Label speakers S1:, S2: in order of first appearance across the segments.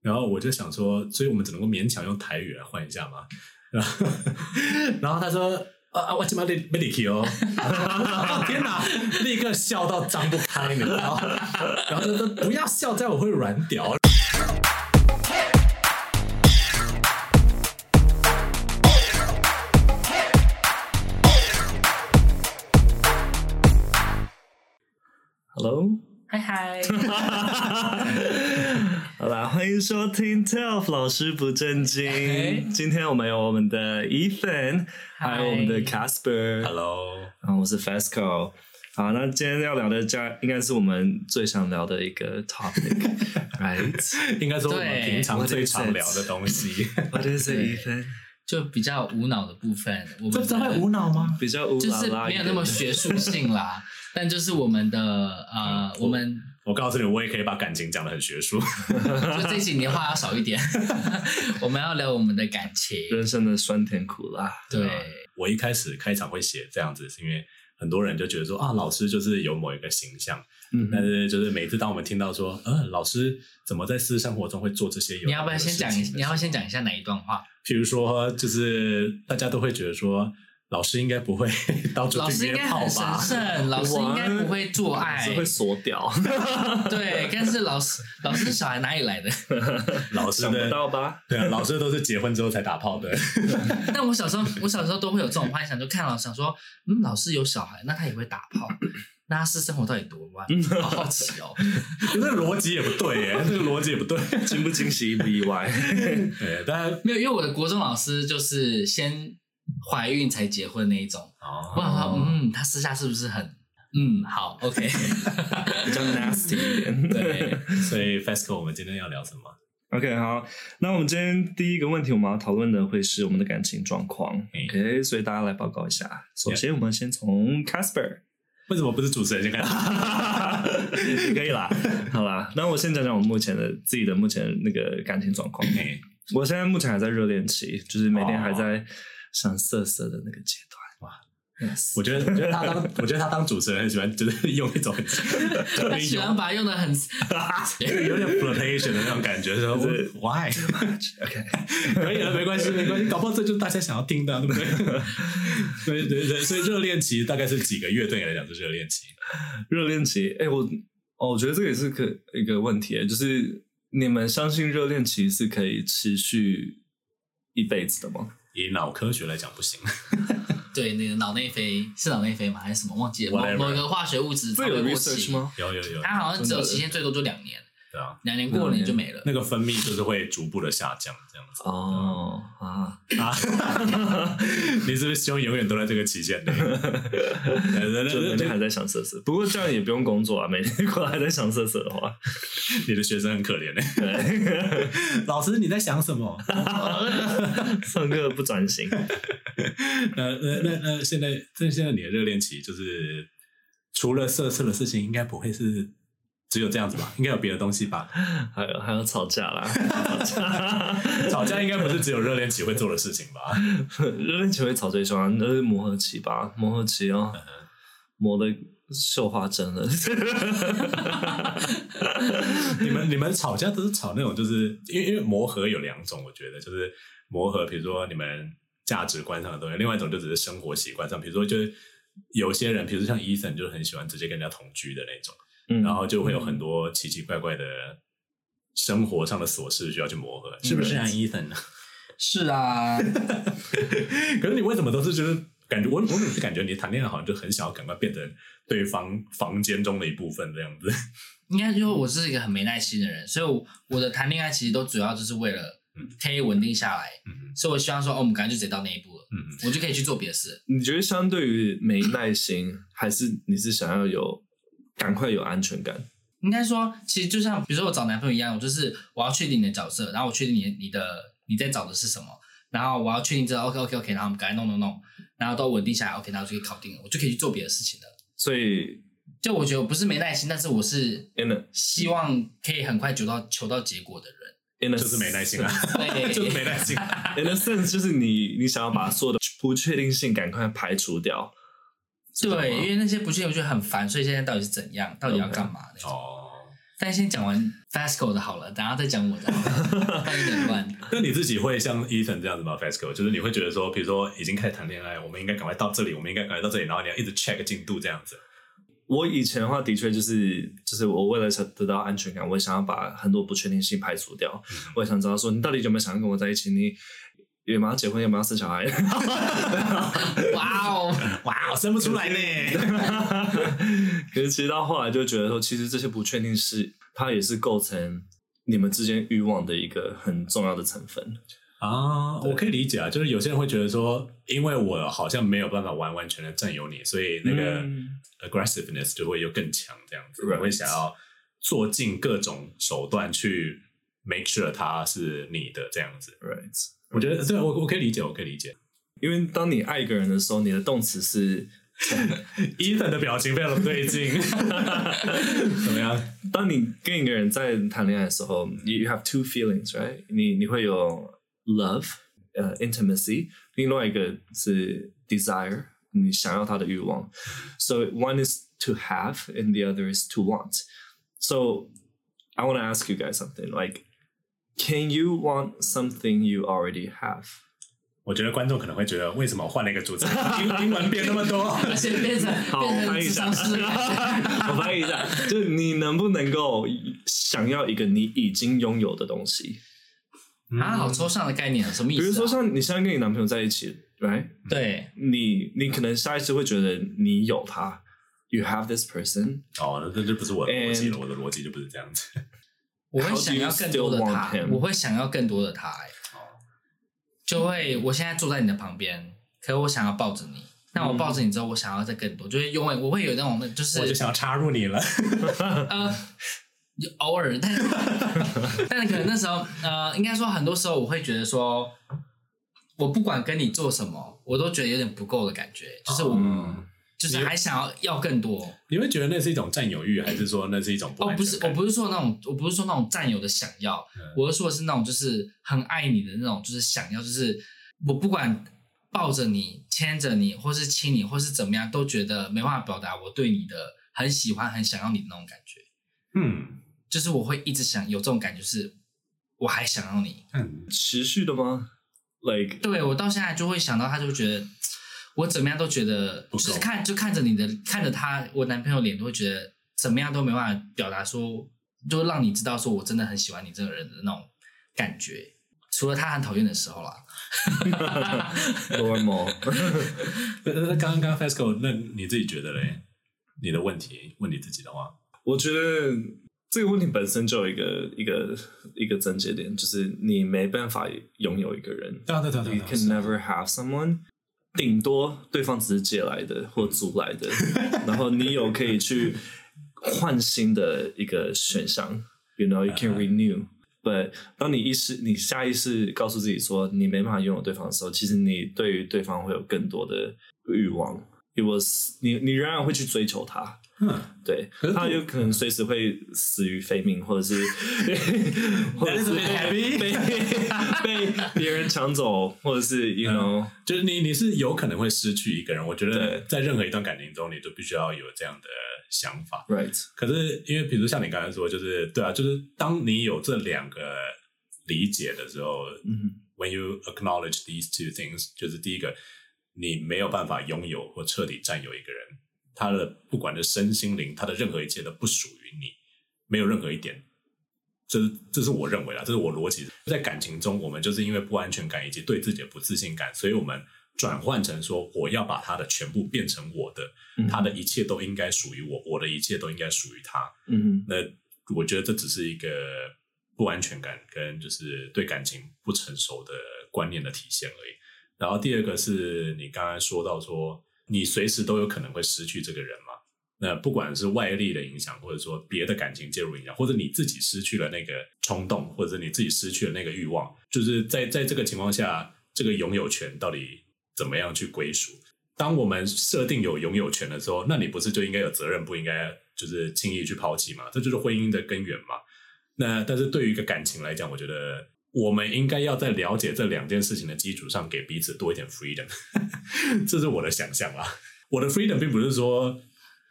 S1: 然后我就想说，所以我们只能够勉强用台语来换一下嘛。然后， 然后他说：“啊啊，我今晚被被你 Q 哦！” 天哪，立刻笑到张不开，你知道吗？ 然后就说：“不要笑，这样我会软屌。”
S2: 嗨嗨，
S3: 好啦，欢迎收听 TELF 老师不正
S2: 哎
S3: 经。今天我们有我们的 Ethan，还有我们的 Casper。
S1: Hello，
S3: 啊，我是 Fasco。好，那今天要聊的家应该是我们最想聊的一个 topic，right？What
S1: 应该说我们
S2: 对
S1: 平常
S3: 我
S1: 最
S3: 的
S1: 常聊的东西，
S3: is it,
S2: 对
S3: Ethan？
S2: 就比较无脑的部分，我 们
S1: 这
S2: 的
S1: 这会无脑吗？
S3: 比较无
S2: 就是
S3: 啦啦
S2: 没
S3: 一
S2: 有
S3: 点
S2: 那么学术性 啦，但就是我们的呃，
S1: 嗯
S2: 我们
S1: 我告诉你，我也可以把感情讲的很学术。
S2: 就这几年话要少一点，我们要聊我们的感情，
S3: 人生的酸甜苦辣。
S2: 对，
S1: 我一开始开场会写这样子，是因为很多人就觉得说啊，老师就是有某一个形象，
S3: 嗯
S1: 但是就是每次当我们听到说，嗯、老师怎么在私生活中会做这些有
S2: 你要不要
S1: 的事
S2: 先讲
S1: 情
S2: 一
S1: 的？时候
S2: 你要不要先讲一下哪一段话？
S1: 譬如说，就是大家都会觉得说，老师应该不会 到处
S2: 老
S1: 去
S2: 师应
S1: 约
S2: 该
S1: 炮
S2: 很神
S1: 吧？
S2: 圣，老师应该不会做爱
S3: 是，会锁 掉，
S2: 对，但是老师老师小孩哪里来的？
S1: 老师
S3: 想不
S1: 的
S3: 到吧？
S1: 对啊，老师都是结婚之后才打炮的。
S2: 但我小时候，我小时候都会有这种幻想，就看老师想说，嗯，老师有小孩，那他也会打炮，那他私生活到底多 乱？好好奇哦。
S1: 那逻辑也不对耶，那个逻辑也不 对。
S3: 惊不惊喜，意不意 外？
S1: 对，大家
S2: 没有，因为我的国中老师就是先怀孕才结婚那一种。我想说，
S1: 哦，
S2: 嗯，他私下是不是很，嗯，好，OK，
S3: 比较 nasty 一点。
S2: 对，
S1: 所以 FESCO 我们今天要聊什么？
S3: OK，好，那我们今天第一个问题，我们要讨论的会是我们的感情状况。
S1: 嗯
S3: OK，所以大家来报告一下。首先，我们先从 Casper，
S1: 为什么不是主持人先 开始？
S3: 你可以啦，好啦。那我先讲讲我目前的自己的目前那个感情状况。
S1: 哎
S3: 我现在目前还在热恋期，就是每天
S1: 哦
S3: 还在想色色的那个阶段。
S1: 哇
S3: 哇，
S1: 我觉得，我觉得他当， 我觉得他当主持人很喜欢，就是用一种
S2: 他喜欢把它用的很，
S1: 有点 flirtation 的那种感觉，说哦
S3: 就
S1: why？
S3: OK，
S1: 可以了，没关系，没关系，搞不好这就是大家想要听的啊、对不 对？对对对，所以热恋期大概是几个月？对你来讲是热恋期，
S3: 热恋期，哎、我哦，我觉得这个也是个一个问题，就是你们相信热恋期是可以持续一辈子的吗？
S1: 以脑科学来讲不行。
S2: 对，那个脑内啡是脑内啡吗？还是什么？忘记了，
S1: Whatever
S2: 某某个化学物质
S3: 这
S2: 它
S3: 有
S2: 会过
S3: research
S2: 期？
S3: 吗？
S1: 有有有，
S2: 它好像只有期限最多就两年，
S1: 对啊，
S2: 两年过了你就没了。
S1: 那个分泌就是会逐步的下降，这样子
S3: 哦啊，
S1: 啊。 你是不是希望永远都在这个期 限内？呃
S3: 就每天还在想色色，不过这样也不用工作啊，每天过来还在想色色的 话，
S1: 你的学生很可怜呢。
S3: 对，
S1: 老师，你在想什么？
S3: 上课不专心。
S1: 呃，那那那现在，这现在你的热恋期就是除了色色的事情，应该不会是只有这样子吧？应该有别的东西吧？
S3: 还有还有吵架啦，
S1: 吵架应该不是只有热恋期会做的事情吧？
S3: 热恋期会吵最凶啊，那是磨合期吧？磨合期哦，磨的绣花针 了。
S1: 你们你们吵架都是吵那种，就是因为因为磨合有两种，我觉得就是磨合，比如说你们价值观上的东西，另外一种就只是生活习惯上，比如说就是有些人，比如说像 Ethan 就很喜欢直接跟人家同居的那种，
S3: 嗯
S1: 然后就会有很多奇奇怪怪的生活上的琐事需要去磨合，是不是啊，Ethan？
S2: 是啊，
S1: 可是你为什么都是就是感觉我我每次感觉你谈恋爱好像就很想要赶快变成对方房间中的一部分这样子，
S2: 应该就是我是一个很没耐心的人，所以我我的谈恋爱其实都主要就是为了可以稳定下来，
S1: 嗯
S2: 所以我希望说，哦，我们赶快就直接到那一步了，
S1: 嗯，
S2: 我就可以去做别的事。
S3: 你觉得相对于没耐心，还是你是想要有赶快有安全感？
S2: 应该说，其实就像比如说我找男朋友一样，我就是我要确定你的角色，然后我确定你你的你在找的是什么，然后我要确定这 OK OK OK，然后我们赶快弄弄弄，然后都稳定下来 OK，然后就可以搞定了，我就可以去做别的事情了。
S3: 所以
S2: 就我觉得我不是没耐心，但是我是
S3: in a
S2: 希望可以很快求到求到结果的人。
S3: in a
S1: 就是没耐心啊，
S2: 对，
S1: 就是没耐心。啊
S3: in a sense 就是你你想要把所有的不确定性赶快排除掉。是这样
S2: 对，
S3: 吗
S2: 因为那些不确定我觉得很烦，所以现在到底是怎样，到底要干嘛那种。
S1: 哦，
S2: 但先讲完 Fasco 的好了，等下再讲我的好了，不然有点乱。
S1: 那你自己会像 Ethan 这样子吗？Fasco，就是你会觉得说，比如说已经开始谈恋爱，我们应该赶快到这里，我们应该赶快到这里，然后你要一直 check 进度这样子。
S3: 我以前的话，的确就是就是我为了想得到安全感，我想要把很多不确定性排除掉。我也想知道说，你到底有没有想要跟我在一起？你有没有要结婚？有没有要生小孩？
S2: 哇哦，
S1: 哇，我生不出来呢。
S3: 可是其实到后来就觉得说，其实这些不确定是它也是构成你们之间欲望的一个很重要的成分。
S1: 啊，我可以理解啊，就是有些人会觉得说，因为我好像没有办法完完全全占有你，所以那个
S3: 嗯
S1: aggressiveness 就会又更强，这样子，
S3: Right
S1: 我会想要做尽各种手段去 make sure 它是你的这样子。
S3: Right，
S1: 我觉得对我我可以理解，我可以理解。
S3: 因为当你爱一个人的时候，你的动词是
S1: 伊粉的表情非常不对 劲，怎么样？
S3: 当你跟一个人在谈恋爱的时候，you you have two feelings，right？你你会有 love，呃、intimacy，另外一个是 desire，你想要他的欲望。So one is to have and the other is to want. So I want to ask you guys something like, can you want something you already have?
S1: 我觉得观众可能会觉得，为什么我换了一个主 持人，英英文变那么多？
S2: 而且变成变成智商师的 感觉，
S3: 我翻译一下，就是你能不能够想要一个你已经拥有的东西？
S1: 嗯
S2: 啊，好抽象的概念，什么意
S3: 比
S2: 思啊？
S3: 如说像你现在跟你男朋友在一起，right？
S2: 对，
S3: 你你可能下意识会觉得你有他，you have this person，
S1: 哦，那这就不是我的逻辑了，
S3: And-
S1: 我的逻辑就不是这样子。
S2: 嗯我会想要更多的
S3: How do you
S2: 他
S3: still want，him？
S2: 我会想要更多的他、欸，就会我现在坐在你的旁边，可我想要抱着你，那我抱着你之后，我想要再
S3: 嗯
S2: 更多，就是永远我会有那种就是
S1: 我就想要插入你了。
S2: 呃，有偶尔，但 但可能那时候呃，应该说很多时候我会觉得说，我不管跟你做什么，我都觉得有点不够的感觉，就是我、
S3: 嗯
S2: 就是还想要要更多。
S1: 你会觉得那是一种占有欲，还是说那是一种不
S2: 哦，
S1: 安
S2: 不
S1: 全
S2: 是，我
S1: 感？嗯
S2: 不是说那种，我不是说那种占有的想要，我是说的是那种就是很爱你的那种，就是想要，就是我不管抱着你、牵着你，或是亲你，或是怎么样，都觉得没办法表达我对你的很喜欢、很想要你的那种感觉。
S1: 嗯，
S2: 就是我会一直想有这种感觉，就是我还想要你。
S1: 嗯，
S3: 持续的吗？Like
S2: 对我到现在就会想到他，就会觉得我怎么样都觉得，
S1: 不
S2: 就
S1: 够
S2: 是看就看着你的看着他，我男朋友脸都会觉得怎么样都没办法表达说，就让你知道说我真的很喜欢你这个人的那种感觉。除了他很讨厌的时候啦，
S3: normal，
S1: 那那刚刚刚 Fasco，那你自己觉得嘞？你的问题问你自己的话，
S3: 我觉得这个问题本身就有一个一个一个症结点，就是你没办法拥有一个人
S1: 对啊对啊对
S3: ，you
S1: 啊
S3: can never have someone。顶多对方只是借来的或租来 的，然后你有可以去换新的一个选项，you know you can renew。But 当你意识、你下意识告诉自己说你没办法拥有对方的时候，其实你对于对方会有更多的欲望。It was 你你仍然会去追求他，
S1: 嗯，
S3: 对
S1: 可是，
S3: 他
S1: 不
S3: 有可能随时会死于非命，或者 是或者
S1: That is
S3: 是
S1: very
S3: 被被被别人抢走，或者是 you know，
S1: 就是你你是有可能会失去一个人。我觉得
S3: 对
S1: 在任何一段感情中，你都必须要有这样的想法。
S3: right，
S1: 可是因为比如像你刚才说，就是对啊，就是当你有这两个理解的时候，
S3: 嗯
S1: when you acknowledge these two things，就是第一个，你没有办法拥有或彻底占有一个人，他的不管是身心灵，他的任何一切都不属于你，没有任何一点。这是这是我认为啦，这是我逻辑。在感情中，我们就是因为不安全感以及对自己的不自信感，所以我们转换成说，我要把他的全部变成我的，
S3: 嗯
S1: 他的一切都应该属于我，我的一切都应该属于他。
S3: 嗯
S1: 那我觉得这只是一个不安全感跟就是对感情不成熟的观念的体现而已。然后第二个是你刚才说到说，你随时都有可能会失去这个人嘛？那不管是外力的影响，或者说别的感情介入影响，或者你自己失去了那个冲动，或者你自己失去了那个欲望，就是在在这个情况下，这个拥有权到底怎么样去归属？当我们设定有拥有权的时候，那你不是就应该有责任，不应该就是轻易去抛弃嘛？这就是婚姻的根源嘛。那但是对于一个感情来讲，我觉得我们应该要在了解这两件事情的基础上，给彼 啊此多一点 freedom。这是我的想象啦。我的 freedom 并不是说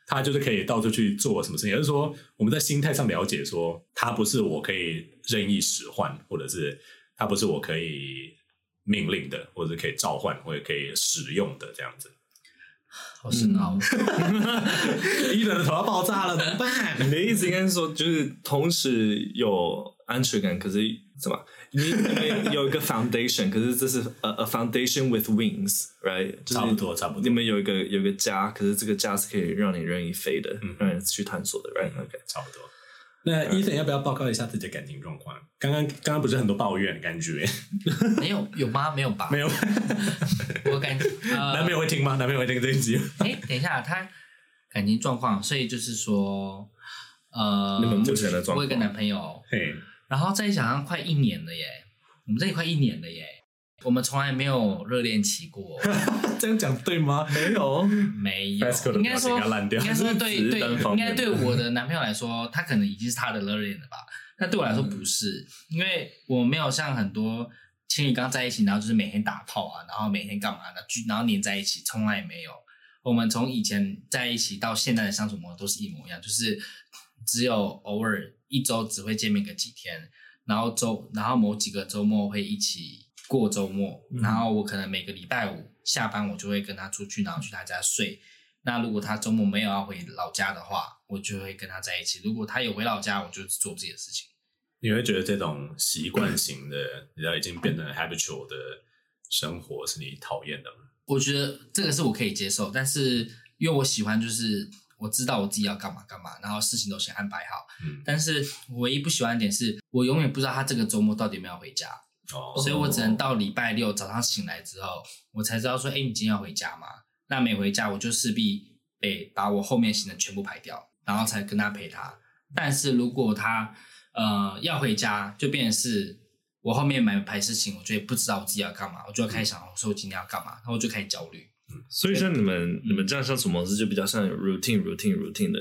S1: 他就是可以到处去做什么事情，而是说我们在心态上了解说，他不是我可以任意使唤，或者是他不是我可以命令的，或者是可以召唤或者可以使用的这样子。
S2: 好深奥。
S1: 伊人的头要爆炸了，怎么办？
S3: 你的意思应该是说，就是同时有安全感，可是什么？你你们有一个 foundation，可是这是 a a foundation with wings，right？就是
S1: 差不多差不多
S3: 你们有一个有一个家，可是这个家是可以让你任意飞的，
S1: 嗯
S3: 让你去探索的，right？OK，、
S1: 差不多。嗯那伊森要不要报告一下自己的感情状况？刚刚刚刚不是很多抱怨，感觉
S2: 没有有吗？没有吧？
S1: 没有，
S2: 有，我感觉呃
S1: 男朋友会听吗？男朋友会听这一集？
S2: 哎，等一下，他感情状况，所以就是说，呃，
S3: 你们目前的状况
S2: 我有一个男朋友，
S1: 嘿，
S2: 然后在一起好像快一年了耶，我们在一起快一年了耶，我们从来没有热恋期过，
S1: 这样讲对吗？没有，
S2: 没有
S1: Fasco，的
S2: 应该
S1: 表
S2: 说
S1: 情要烂掉
S2: 应该说对
S3: 只是
S2: 对
S3: 单，方
S2: 应
S3: 面
S2: 该对我的男朋友来说，他可能已经是他的热恋了吧？那对我来说不是，因为我没有像很多情侣刚在一起，然后就是每天打炮啊，然后每天干嘛的，聚然后黏在一起，从来也没有。我们从以前在一起到现在的相处模式都是一模一样，就是只有偶尔一周只会见面个几天，然后周然后某几个周末会一起过周末，
S1: 嗯
S2: 然后我可能每个礼拜五下班我就会跟他出去，然后去他家睡。那如果他周末没有要回老家的话，我就会跟他在一起；如果他有回老家，我就做自己的事情。
S1: 你会觉得这种习惯型的，你知道已经变成 habitual 的生活是你讨厌的吗？
S2: 我觉得这个是我可以接受，但是因为我喜欢就是我知道我自己要干嘛干嘛，然后事情都先安排好。
S1: 嗯，
S2: 但是我唯一不喜欢的点是我永远不知道他这个周末到底有没有回家，
S1: 哦，
S2: 所以我只能到礼拜六早上醒来之后，我才知道说，哎、你今天要回家吗？那没回家，我就势必得把我后面行程全部排掉，然后才跟他陪他。但是如果他呃要回家，就变成是我后面买排事情，我就也不知道我自己要干嘛，我就要开始想，我说我今天要干嘛，然后我就开始焦虑。
S3: 所以像你
S2: 嗯
S3: 们你们这样相处模式，就比较像 routine routine routine 的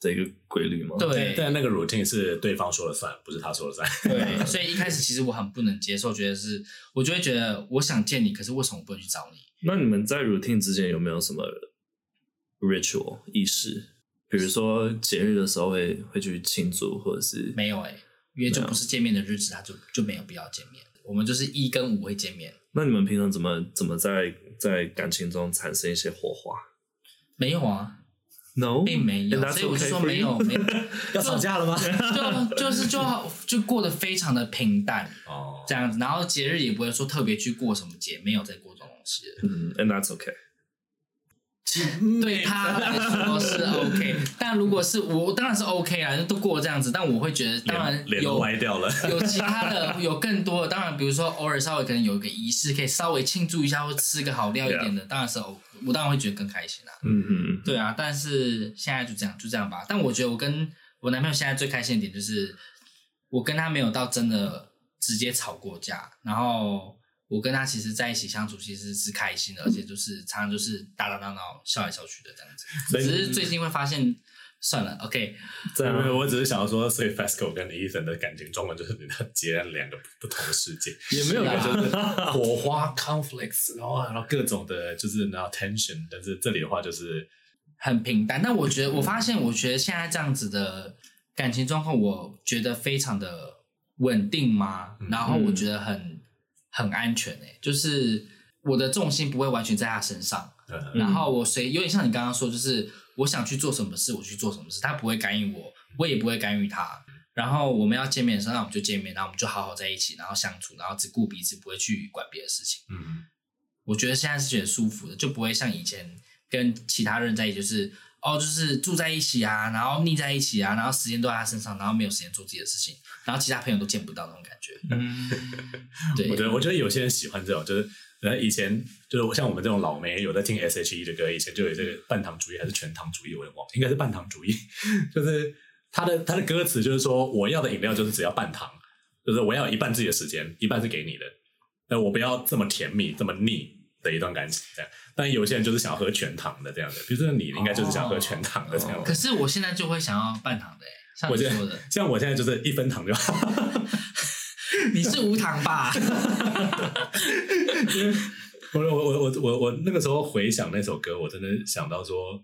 S3: 的一个规律吗？
S2: 对
S1: 但那个 routine 是对方说了算，不是他说了算。
S2: 对，所以一开始其实我很不能接受，觉得是我就会觉得我想见你，可是为什么我不能去找你？
S3: 那你们在 routine 之间有没有什么 ritual 仪式？比如说节日的时候会会去庆祝，或者是
S2: 没有哎、因为就不是见面的日子，他就就没有必要见面。我们就是一跟五会见面，
S3: 那你们平常怎么怎么在在感情中产生一些火花
S2: 没有啊，
S3: ？No，
S2: 并没有
S1: 嗯
S3: And that's
S2: 所以我就
S3: okay
S2: 说
S3: for
S2: 没
S3: you？
S2: 有，没有，
S1: 要吵架了吗？
S2: 就就是就好就过得非常的平淡
S1: 哦，
S2: 这样子，然后节日也不会说特别去过什么节，没有在过这种东西了。
S3: 嗯，And that's okay。
S1: 嗯
S2: 对他来说是 OK，但如果是我，当然是 OK 啊，都过了这样子，但我会觉得，当然
S1: 脸
S2: 有
S1: 都歪掉 了。
S2: 有其他的， 有更多的，当然，比如说偶尔稍微可能有一个仪式，可以稍微庆祝一下，或吃个好料一点的当然是偶，我当然会觉得更开心啦、
S3: 嗯嗯
S2: 对啊，但是现在就这样，就这样吧。但我觉得我跟我男朋友现在最开心的点就是，我跟他没有到真的直接吵过架，然后我跟他其实在一起相处其实是开心的，而且就是常常就是打打闹闹、笑来笑去的这样子。
S3: 所以
S2: 只是最近会发现，算了，OK，
S3: 这
S1: 没有，
S3: 样
S1: 我只是想要说，所以 Fasco 跟 Ethan 的感情状况就是截然两个不同的世界，
S3: 也没有
S2: 是啊
S3: 感觉
S1: 就是火花 conflicts，然后然后各种的，就是然后 tension，但是这里的话就是
S2: 很平淡。但我觉
S1: 嗯
S2: 得，我发现，我觉得现在这样子的感情状况，我觉得非常的稳定嘛，
S1: 嗯
S2: 然后我觉得很很安全诶、就是我的重心不会完全在他身上，
S1: 呃
S2: 然后我随有点像你刚刚说，就是我想去做什么事，我去做什么事，他不会干预我，我也不会干预他。然后我们要见面的时候，那我们就见面，然后我们就好好在一起，然后相处，然后只顾彼此，不会去管别的事情。
S1: 嗯，
S2: 我觉得现在是觉得舒服的，就不会像以前跟其他人在一起，就是哦，就是住在一起啊，然后腻在一起啊，然后时间都在他身上，然后没有时间做自己的事情，然后其他朋友都见不到那种感觉。嗯对，
S1: 我觉得我觉得有些人喜欢这种，就是然后以前就是像我们这种老妹有在听 S.H.E 的歌，以前就有这个半糖主义还是全糖主义，我也忘了，应该是半糖主义， 就是他的他的歌词就是说，我要的饮料就是只要半糖，就是我要有一半自己的时间，一半是给你的，那我不要这么甜蜜这么腻的一段感情这样。但有些人就是想要喝全糖的这样的，比如说你应该就是想喝全糖的这样
S2: 哦可
S1: 的。
S2: 是我现在就会想要半糖的、欸，像
S1: 我
S2: 你
S1: 现
S2: 说
S1: 在
S2: 的，
S1: 像我现在就是一分糖就好，
S2: 你是无糖吧？
S1: 我我我我我我那个时候回想那首歌，我真的想到说，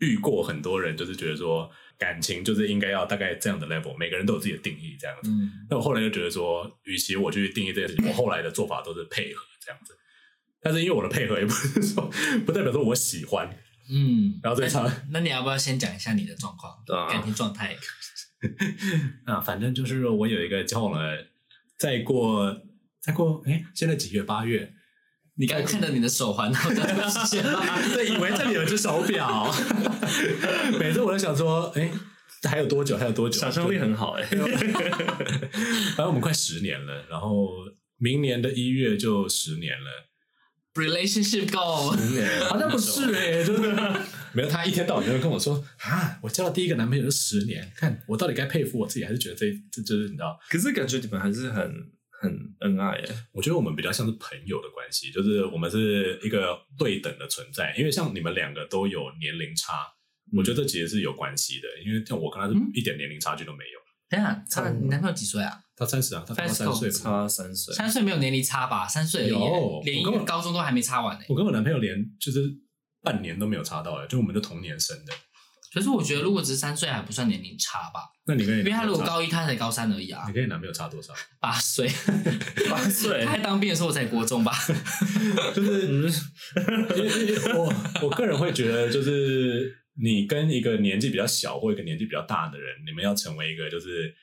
S1: 遇过很多人，就是觉得说感情就是应该要大概这样的 level，每个人都有自己的定义这样子。
S2: 嗯，
S1: 那我后来就觉得说，与其我去定义这件事情，我后来的做法都是配合这样子。但是因为我的配合也不是说不代表说我喜欢，
S2: 嗯，
S1: 然后再唱
S2: 那。那你要不要先讲一下你的状况，
S3: 对啊
S2: 感情状态？
S1: 啊，反正就是我有一个交往了，再过再过哎，现在几月？八月。
S2: 你刚刚看到你的手环，然后在那边笑
S1: 啊对，以为这里有一只手 表，每次我都想说，哎，还有多久？还有多久？
S3: 想象力很好哎、
S2: 嗯
S1: 反正我们快十年了，然后明年的一月就十年了，
S2: relationship goal，
S1: 好像不是 哎、真的。没有，他一天到晚都会跟我说啊，我交了第一个男朋友是十年，看我到底该佩服我自己，还是觉得这这就是你知道？
S3: 可是感觉你们还是很很恩爱哎、
S1: 我觉得我们比较像是朋友的关系，就是我们是一个对等的存在，因为像你们两个都有年龄差，我觉得这其实是有关系的，因为像我跟他是
S2: 嗯
S1: 一点年龄差距都没有，
S2: 等一下，差你男朋友几岁啊？
S1: 他三十啊，他他妈三岁吧，
S3: 差三岁，
S2: 三岁没有年龄差吧？三岁而已
S1: 有
S2: 耶，连一
S1: 我根
S2: 个
S1: 本
S2: 高中都还没差完呢。
S1: 我跟我男朋友连就是半年都没有差到哎，就我们就同年生的。
S2: 可是我觉得，如果只是三岁，还不算年龄差吧？
S1: 那你跟你
S2: 因为他
S1: 男
S2: 如
S1: 朋友
S2: 果
S1: 差
S2: 高一，他才高三而已啊
S1: 你，跟你男朋友差多 少？
S2: 八岁。
S3: 八岁
S2: 他还当兵的时候，我才 国中吧？
S1: 就是
S3: 嗯，
S1: 因为因为我我个人会觉得，就是你跟一个年纪比较小或一个年纪比较大的人，你们要成为一个就是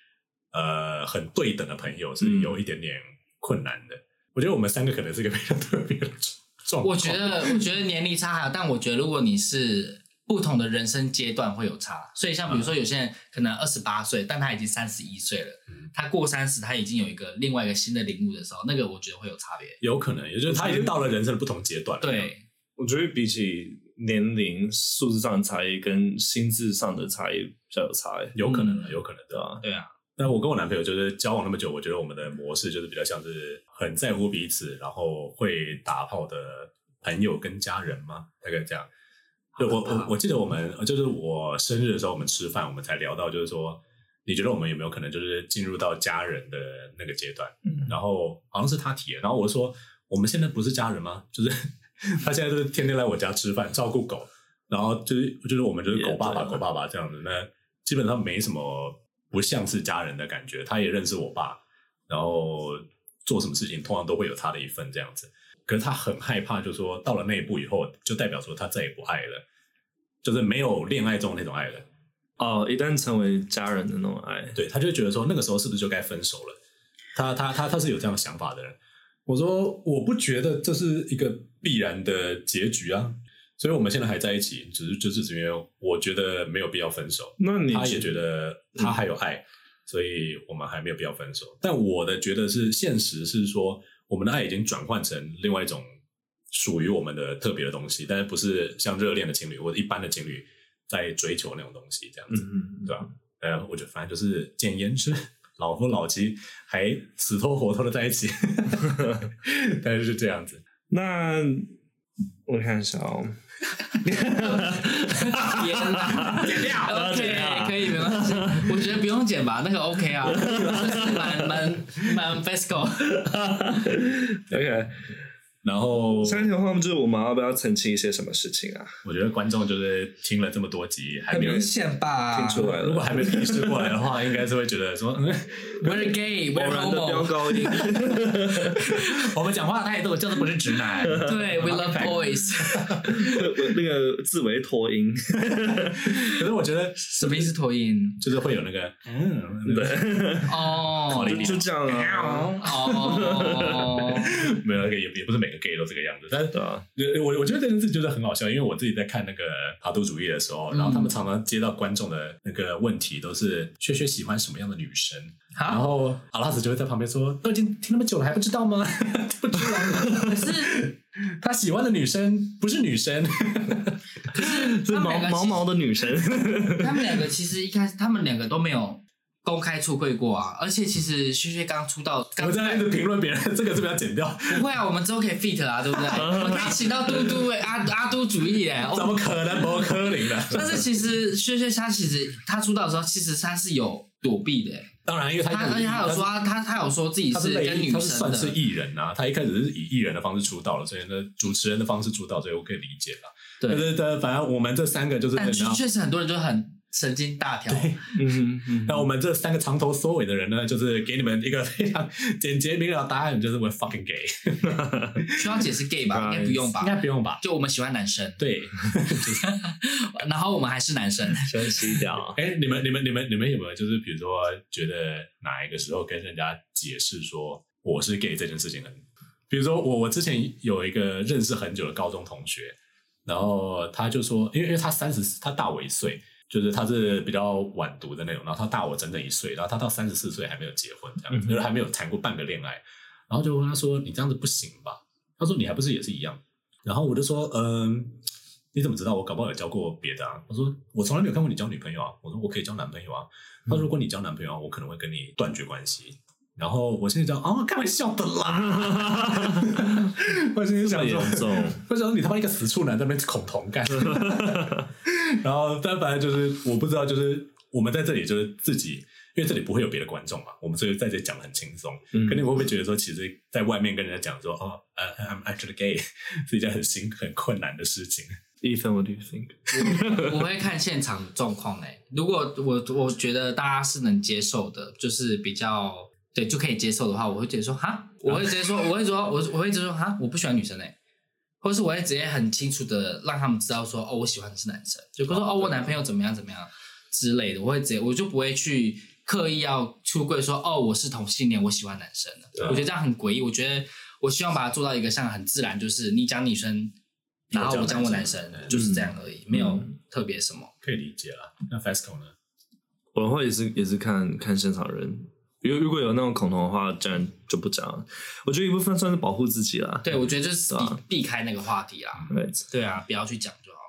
S1: 呃很对等的朋友，是
S2: 嗯
S1: 有一点点困难的。我觉得我们三个可能是一个非常特别的状状况。
S2: 我觉得，我觉得年龄差还有，但我觉得如果你是不同的人生阶段会有差，所以像比如说有些人可能二十八岁，但他已经三十一岁了
S1: 嗯，
S2: 他过三十，他已经有一个另外一个新的领悟的时候，那个我觉得会有差别。
S1: 有可能，也就是他已经到了人生的不同阶段了。
S2: 对，
S3: 我觉得比起年龄、数字上的差异跟心智上的差异比较有差异，
S1: 有可能，有可能
S3: 对
S1: 的。
S3: 吧？
S2: 对啊，
S1: 但我跟我男朋友就是交往那么久，我觉得我们的模式就是比较像是很在乎彼此，然后会打炮的朋友跟家人嘛，大概这样。对我我我记得我们呃就是我生日的时候，我们吃饭，我们才聊到就是说，你觉得我们有没有可能就是进入到家人的那个阶段？
S3: 嗯
S1: 然后好像是他提的，然后我就说我们现在不是家人吗？ 就是他现在就是天天来我家吃饭，照顾狗，然后就是就是我们就是狗爸爸
S3: 也对
S1: 狗爸爸这样子，那基本上没什么不像是家人的感觉。他也认识我爸，然后做什么事情通常都会有他的一份这样子。可是他很害怕，就说到了那一步以后，就代表说他再也不爱了，就是没有恋爱中那种爱了。
S3: 哦，一旦成为家人的那种爱，
S1: 对，他就觉得说那个时候是不是就该分手了？他他他他是有这样想法的人。我说我不觉得这是一个必然的结局啊，所以我们现在还在一起，只是就只是因为我觉得没有必要分手，
S3: 那你
S1: 他也觉得他还有爱，所以我们还没有必要分手。但我的觉得是现实是说，我们的爱已经转换成另外一种属于我们的特别的东西，但是不是像热恋的情侣或者一般的情侣在追求那种东西这样
S3: 嗯
S1: 子。
S3: 嗯，
S1: 对啊，呃，我觉得反正就是 简言之，老夫老妻还死拖活拖的在一起， 但是是这样子。
S3: 那我看一下 哦，
S2: 天哪，
S1: 剪掉
S2: OK，
S3: 剪掉
S2: 可以没关系，我觉得不用剪吧，那个 OK 啊，蛮蛮蛮 Vesco，
S3: OK，
S1: 然后
S3: 下一条话就是我们要不要澄清一些什么事情啊？
S1: 我觉得观众就是听了这么多集，还没有。
S2: 显吧
S3: 听出来
S1: 如果
S3: 了，
S1: 还没有意识过来的话，应该是会觉得说，嗯，
S2: We're gay,
S3: 偶
S2: we're
S3: 然的飙
S2: homo，
S3: 高音，
S1: 我们讲话的态度就是不是直男，
S2: 对，We love boys，
S3: 那个字为拖 音，
S1: 可是我觉得
S2: 什么意思？脱音
S1: 就是会有那个，嗯，那个
S3: 对，
S2: 哦，
S3: 就就这样啊，
S2: 哦，
S1: 没有那个也也不是每个 gay 都这个样子，但是
S3: 对啊，
S1: 呃我我觉得这件事就是很好笑，因为我自己在看那个爬度主义的时候，
S2: 嗯
S1: 然后他们常常接到观众的那个问题，都是薛薛喜欢什么样的女生，然
S2: 好，
S1: 后阿拉斯就会在旁边说：“都已经听那么久了，还不知道吗？ 不知道吗，
S2: 可是
S1: 他喜欢的女生不是女生。
S3: 是毛毛毛的女神，
S2: 他们两个其实一开始他们两个都没有公开出柜过啊，而且其实薛薛刚出道，”
S1: 我
S2: 刚
S1: 们在那一直评论别人，这个是不是要剪掉？
S2: 不会啊，我们之后可以 fit 啊， 对不对？我们可以请到嘟嘟哎、阿阿嘟主义哎、
S1: 怎
S2: 哦。
S1: 么可能？不可能的。
S2: 但是其实薛薛他其实他出道的时候，其实他是有躲避的、哎
S1: 当然，因为他
S2: 他而且他有说他他他有说自己
S1: 他是类
S2: 跟女
S1: 他是
S2: 生
S1: 算是
S2: 的，
S1: 艺人啊，他一开始是以艺人的方式出道了，所以呢，主持人的方式出道，所以我可以理解啦。对
S2: 对，
S1: 对对，反正我们这三个就是
S2: 但确
S1: 然后
S2: 确实很多人就很神经大条，
S3: 嗯哼嗯
S1: 那
S3: 哼，
S1: 我们这三个长头缩尾的人呢，就是给你们一个非常简洁明了的答案，就是 we're fucking gay，
S2: 需要解释 gay 吧？
S3: Right
S2: 应该不用
S1: 应
S2: 吧？
S1: 该不用吧？
S2: 就我们喜欢男生，
S1: 对，
S2: 然后我们还是男生，
S3: 真是 屌。
S1: 哎，你们你们你们你们有没有就是比如说觉得哪一个时候跟人家解释说我是 gay 这件事情很，比如说我我之前有一个认识很久的高中同学，然后他就说，因为因为他三十，他大我一岁。就是他是比较晚读的那种，然后他大我整整一岁，然后他到三十四岁还没有结婚，这样
S3: 嗯
S1: 就是还没有谈过半个恋爱，然后就问他说：“你这样子不行吧？”他说：“你还不是也是一样。”然后我就说：“嗯，你怎么知道？我搞不好有交过别的啊。”他说：“我从来没有看过你交女朋友啊。”我说：“我可以交男朋友啊。”他说：“如果你交男朋友啊，我可能会跟你断绝关系。”然后我心里想：“啊，开玩笑的 啦！”我心里
S3: 这
S1: 想
S3: 么
S1: 说
S3: 严重，
S1: 我想说你他妈一个死处男在那边恐同 干，然后但反正就是我不知道，就是我们在这里就是自己，因为这里不会有别的观众嘛，我们所以在这里讲的很轻松。
S3: 嗯
S1: 可你会不会觉得说，其实在外面跟人家讲说哦，呃、i m actually gay 是一件很辛很困难的事情。
S3: Ethan, what do you think?
S2: 我会看现场状况诶。如果我我觉得大家是能接受的，就是比较对就可以接受的话，我会直接说哈，我会直接说，我会说，我我会直接说哈，我不喜欢女生诶，或者是我会直接很清楚的让他们知道说哦，我喜欢的是男生，就比如说哦，我男朋友怎么样怎么样之类的，我会直接我就不会去刻意要出柜说哦，我是同性恋，我喜欢男生
S1: 对
S2: 的。我觉得这样很诡异，我觉得我希望把它做到一个像很自然，就是你讲女生。然后我讲我男生，就是这样而已，没有
S1: 嗯
S2: 特别什么。
S1: 可以理解啦。那 Fasco 呢？
S3: 我的话也是也是看看现场人，如如果有那种恐同的话，当然就不讲了。我觉得一部分算是保护自己啦。
S2: 对，我觉得就是
S3: 对
S2: 避
S3: 啊
S2: 避开那个话题
S1: 嗯
S2: 啦。
S3: ，right。
S2: 对啊，不要去讲就好。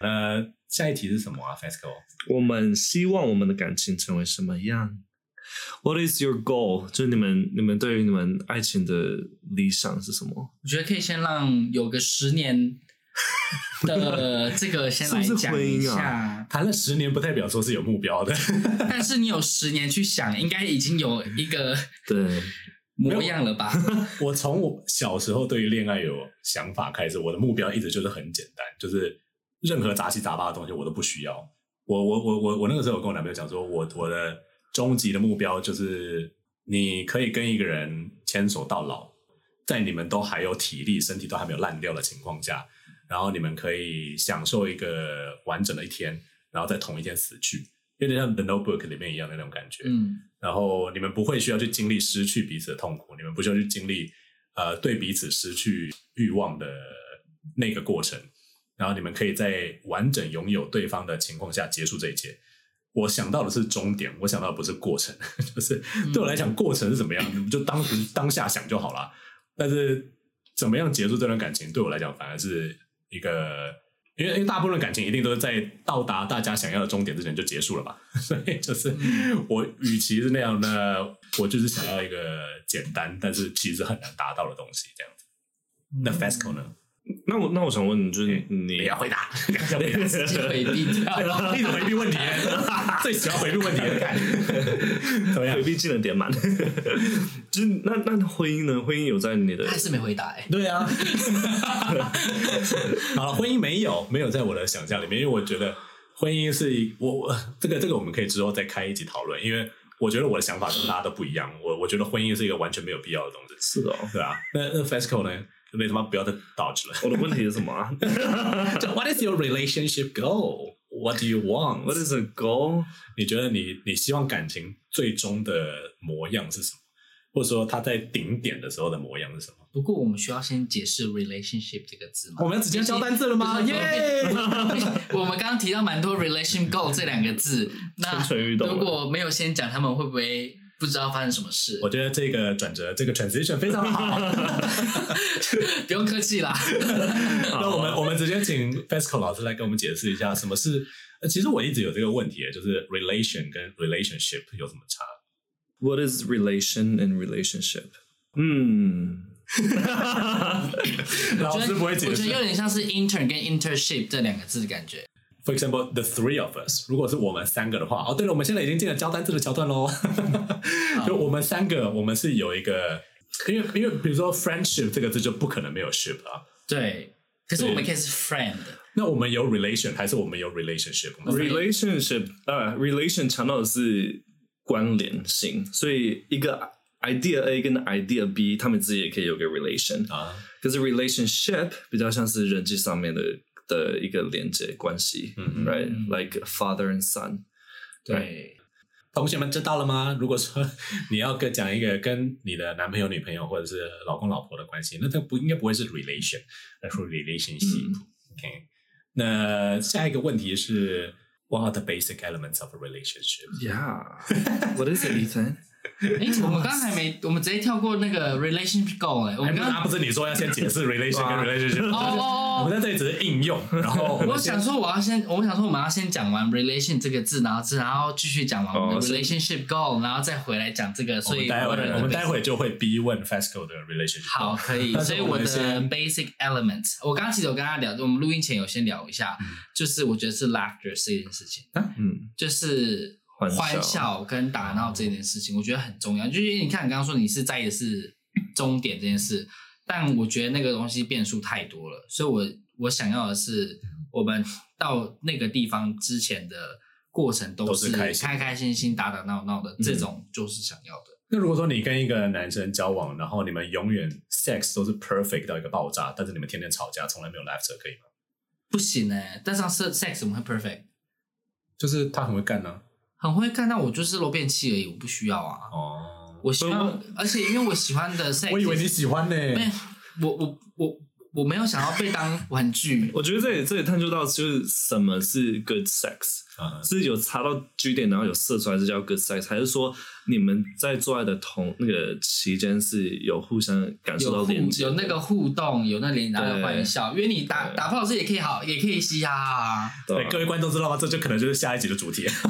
S1: 呃，下一题是什么啊？Fasco，
S3: 我们希望我们的感情成为什么样？What is your goal？就是你们你们对于你们爱情的理想是什么？
S2: 我觉得可以先让有个十年的 这个先来
S3: 是不是
S2: 讲
S3: 婚
S2: 一
S3: 姻
S2: 下。
S1: 谈了十年不代表说是有目标的，
S2: 但是你有十年去想，应该已经有 一个
S3: 对，
S2: 模样了吧？
S1: 我从我小时候对于恋爱有想法开始，我的目标一直就是很简单，就是任何杂七杂八的东西我都不需要。我我我我我那个时候有跟我男朋友讲说，我我的终极的目标就是你可以跟一个人牵手到老，在你们都还有体力、身体都还没有烂掉的情况下，然后你们可以享受一个完整的一天，然后在同一天死去，有点像《The Notebook》里面一样的那种感觉。
S2: 嗯，
S1: 然后你们不会需要去经历失去彼此的痛苦，你们不需要去经历呃对彼此失去欲望的那个过程，然后你们可以在完整拥有对方的情况下结束这一切。我想到的是终点，我想到的不是过程， 就是对我来讲，过程是怎么样，你们就当时当下想就好了。但是怎么样结束这段感情，对我来讲反而是一个，因为因为大部分的感情一定都是在到达大家想要的终点之前就结束了嘛， 所以就是我与其是那样呢，我就是想要一个简单，但是其实很难达到的东西，这样子。那 FESCO 呢？
S3: 那我那我想问，就是你
S1: 不嗯 要回答，不 要回答
S2: 自己回避掉。
S1: 一直回避问题， 最喜欢回避问题的感觉，怎么样
S3: 回？避技能点满， 就是那那婚姻呢？婚姻有在你的
S2: 他还是没回答哎、
S1: 对 啊，好了，婚姻没有没有在我的想象里面，因为我觉得婚姻是一我我这个这个我们可以之后再开一集讨论，因为我觉得我的想法跟大家都不一样，我我觉得婚姻是一个完全没有必要的东西，
S3: 是的哦。
S1: 对啊，那那 FESCO 呢？你他妈不要再 dodge 了。
S3: 我的问题是什么啊
S1: 就 What is your relationship goal? What do you want?
S3: ？What is a goal？
S1: 你觉得你你希望感情最终的模样是什么？或者说他在顶点的时候的模样是什么？
S2: 不过我们需要先解释 relationship 这个字吗？
S1: 我们要直接教单字了吗？
S2: 就是
S1: 耶！
S2: 我们刚刚提到蛮多 relation goal 这两个字，那
S3: 蠢蠢欲动了
S2: 如果没有先讲，他们会不会不知道发生什么事
S1: 我？觉得这个转折，这个 transition 非常好。
S2: 不用客气啦，
S1: 那我们我们直接请 FESCO 老师来跟我们解释一下什么是。呃其实我一直有这个问题，就是 relation 跟 relationship 有什么差？
S3: What is relation and relationship？嗯，
S1: 老师不会
S2: 我
S1: 解
S2: 觉
S1: 释
S2: 得。有点像是 intern 跟 internship 这两个字的感觉。
S1: For example, the three of us，如果是我们三个的话，哦，对了，我们现在已经进了交单字的桥段喽。就我们三个，我们是有一个，因为因为比如说 friendship 这个字就不可能没有 ship 啊。
S2: 对，可是
S1: 对
S2: 我们可以是 friend，
S1: 那我们有 relation 还是我们有 relationship？我们
S3: relationship 呃 relation 强调的是关联性，所以一个 idea A 跟 idea B 他们自己也可以有个 relation，
S1: 啊，
S3: 可是 relationship 比较像是人际上面的的一个连接关系、
S1: 嗯
S3: r i g h t Like father and son。
S2: 对，
S1: 同学们知道了吗？如果说 你要跟讲一个跟你的男朋友、女朋友或者是老公、老婆的关系，那它不应该不会是 relation，而是
S2: 嗯
S1: relationship、OK，那下一个问题是 What are the basic elements of a relationship？
S3: Yeah，what is it, Ethan？
S2: 哎，我们刚才没，我们直接跳过那个 relationship goal 哎，我
S1: 哎不
S2: 们
S1: 是
S2: 刚
S1: 啊，
S2: 刚
S1: 不是你说要先解 释 relation
S3: 哇
S1: 跟 relationship？
S2: 哦哦哦
S1: 我们在这里只是应用，然后
S2: 我
S1: 们先
S2: 想说，我要先，我想说，我们要先讲完 relation 这个字，然后之然后继续讲完我们
S3: 哦
S2: 的
S3: 是
S2: relationship goal，然后再回来讲这个。
S1: 我
S2: 所
S1: 们
S2: 以
S1: 待会儿
S2: 的
S1: 我们待会儿就会逼问 Fasco 的 relationship。
S2: 好，可以。
S1: 但是
S2: 所以
S1: 我
S2: 我
S1: 们
S2: 的
S1: 先
S2: basic element，我刚刚其实有跟他聊，我们录音前有先聊一下，
S1: 嗯
S2: 就是我觉得是 laughter 这件事情，
S3: 嗯，
S2: 就是
S3: 欢笑
S2: 欢笑跟打闹这件事情，我觉得很重要。就是因为你看，你刚刚说你是在意的是终点这件事，但我觉得那个东西变数太多了，所以我我想要的是，我们到那个地方之前的过程都
S1: 都是
S2: 是
S1: 开
S2: 开
S1: 心嗯
S2: 开心心、打打闹闹的，这种就是想要的。
S1: 那如果说你跟一个男生交往，然后你们永远 sex 都是 perfect 到一个爆炸，但是你们天天吵架，从来没有 laughter，可以吗？
S2: 不行哎、但上 sex 我们会 perfect，
S1: 就是他很会干啊呢、
S2: 很会看到我就是漏便器而已，我不需要啊。
S1: 哦，
S2: 我希望，而且因为我 喜欢的 sex，
S1: 我以为你喜欢呢、
S2: 没有，我我我我没有想要被当玩 具。
S3: 我觉得这里这里探究到就是什么是 good sex，
S1: 啊
S3: 是有查到 G 点然后有射出来是叫 good sex，还是说你们在做爱的同那个期间是有互相感受到
S2: 有互
S3: 连接？
S2: 有那个互动，有那连然后有欢笑，因为你打打炮老师也可以好，也可以嘻哈啊。
S3: 对
S1: 哎各位观众知道吗？这就可能就是下一集的主题。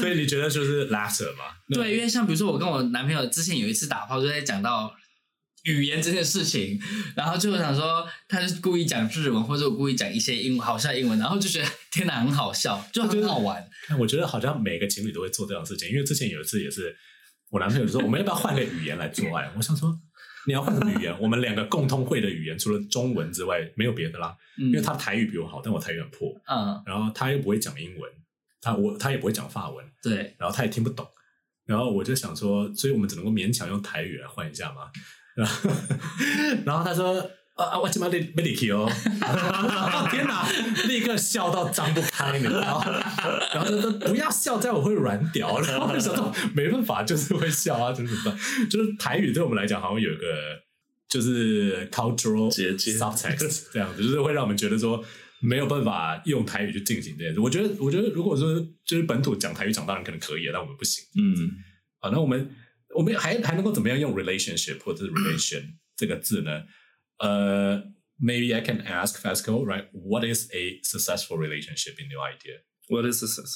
S1: 所以你觉得就是 laughter 吗？那
S2: 对，因为像比如说我跟我男朋友之前有一次打炮，就在讲到语言这件事情，然后就想说他就是故意讲日文，或者我故意讲一些英好笑的英文，然后就觉得天哪，很好笑，就
S1: 啊
S2: 很好玩。
S1: 那哎我觉得好像每个情侣都会做这样的事情，因为之前有一次也是我男朋友说，我们要不要换个语言来做爱？我想说你要换什么语言？我们两个共通会的语言除了中文之外没有别的啦，
S2: 嗯
S1: 因为他台语比我好，但我台语很破，
S2: 嗯，
S1: 然后他又不会讲英文，他我他也不会讲法文，
S2: 对，
S1: 然后他也听不懂，然后我就想说，所以我们只能够勉强用台语来换一下嘛。然后 然后他说：“啊啊，我今晚被被你 Q 哦！” 天哪，立刻笑到张不开，你知道吗？ 然后他说：“不要笑，这样我会软屌。” 然后我就想说，没办法，就是会笑啊，就是怎么办？就是台语对我们来讲，好像有一个就是 cultural
S3: 结界
S1: subtext 这样子，就是会让我们觉得说没有办法用台语去进行这件事。我觉得，我觉得如果说就是本土讲台语长大人可能可以啊，但我们不行
S3: 嗯，
S1: 啊。那我们我们还还能够怎么样用 relationship 或者是 relation 这个字呢？呃、m a y b e I can ask Fasco, right? What is a successful relationship in your idea?
S3: What is success?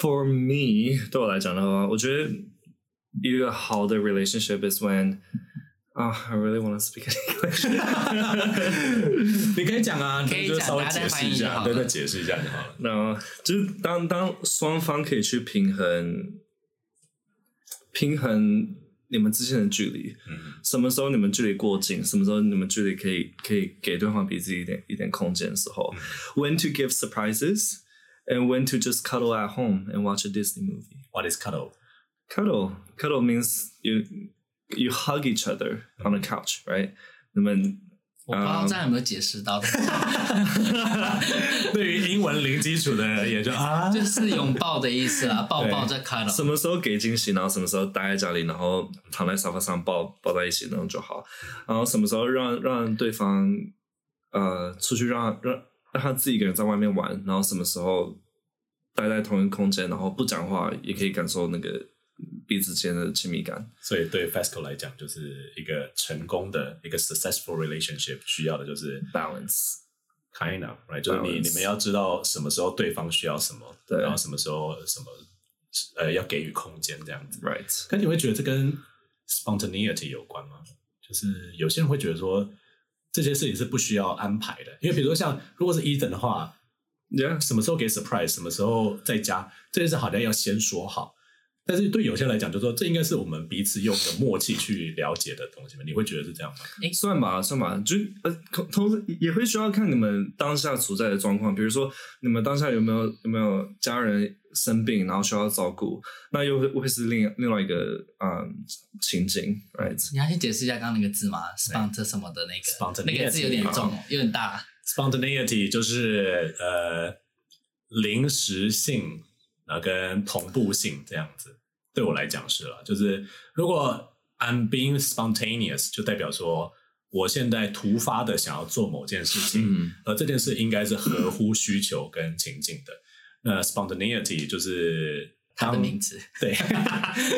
S3: For me，对我来讲的话，我觉得一个好的 relationship is when 啊、i really want to speak English
S1: 你可以讲啊，
S2: 可以
S1: 你就
S2: 讲
S1: 稍微
S2: 大家
S1: 解
S2: 再
S1: 释
S2: 翻
S1: 一
S2: 译就
S1: 下，
S2: 好
S1: 对，
S2: 了
S1: 再解释一下就好了。
S3: 然后就是当当双方可以去平衡平衡你们之间的距离，
S1: 嗯
S3: 什么时候你们距离过近，什么时候你们距离可以可以给对方彼此一点一点空间的时候、w h e n to give surprises and when to just cuddle at home and watch a Disney movie。
S1: ，What is cuddle?
S3: Cuddle. Cuddle means you you hug each other on the couch, right? 你们
S2: 我不知道这样有没有解释到，
S1: 对于英文零基础的人也就啊，
S2: 就是拥抱的意思啦，抱抱再开了。
S3: 什么时候给惊喜，然后什么时候待在家里，然后躺在沙发上抱抱在一起那种就好。然后什么时候让让对方呃出去让让让他自己一个人在外面玩，然后什么时候待在同一个空间，然后不讲话也可以感受那个彼此间的亲密感。
S1: 所以对 Fasco 来讲，就是一个成功的一个 successful relationship 需要的就是
S3: Balance.
S1: kind of right，就是你
S3: Balance
S1: 你们要知道什么时候对方需要什么，
S3: 对
S1: 然后什么时候什么呃要给予空间这样子。
S3: Right.
S1: 可你会觉得这跟 spontaneity 有关吗？就是有些人会觉得说这些事情是不需要安排的，因为比如说像如果是 Ethan 的话，
S3: Yeah.
S1: 什么时候给 surprise，什么时候在家，这件事好像要先说好。但是对有些人来讲，就说这应该是我们彼此有的默契去了解的东西嘛？你会觉得是这样吗？
S3: 算吧，算吧，就呃，同同时也会需要看你们当下处在的状况，比如说你们当下有没有有没有家人生病，然后需要照顾，那又会会是另另外一个嗯情景，right？
S2: 你要先解释一下刚刚那个字吗？spont 什么的那个，
S1: Spontaneity
S2: 那个字有点重，有点大。
S1: spontaneity 就是呃临时性，然后跟同步性这样子。对我来讲是了，就是如果 I'm being spontaneous，就代表说我现在突发的想要做某件事情，
S3: 嗯
S1: 而这件事应该是合乎需求跟情境的。那 spontaneity 就是
S2: 它的
S1: 当
S2: 名字，
S1: 对，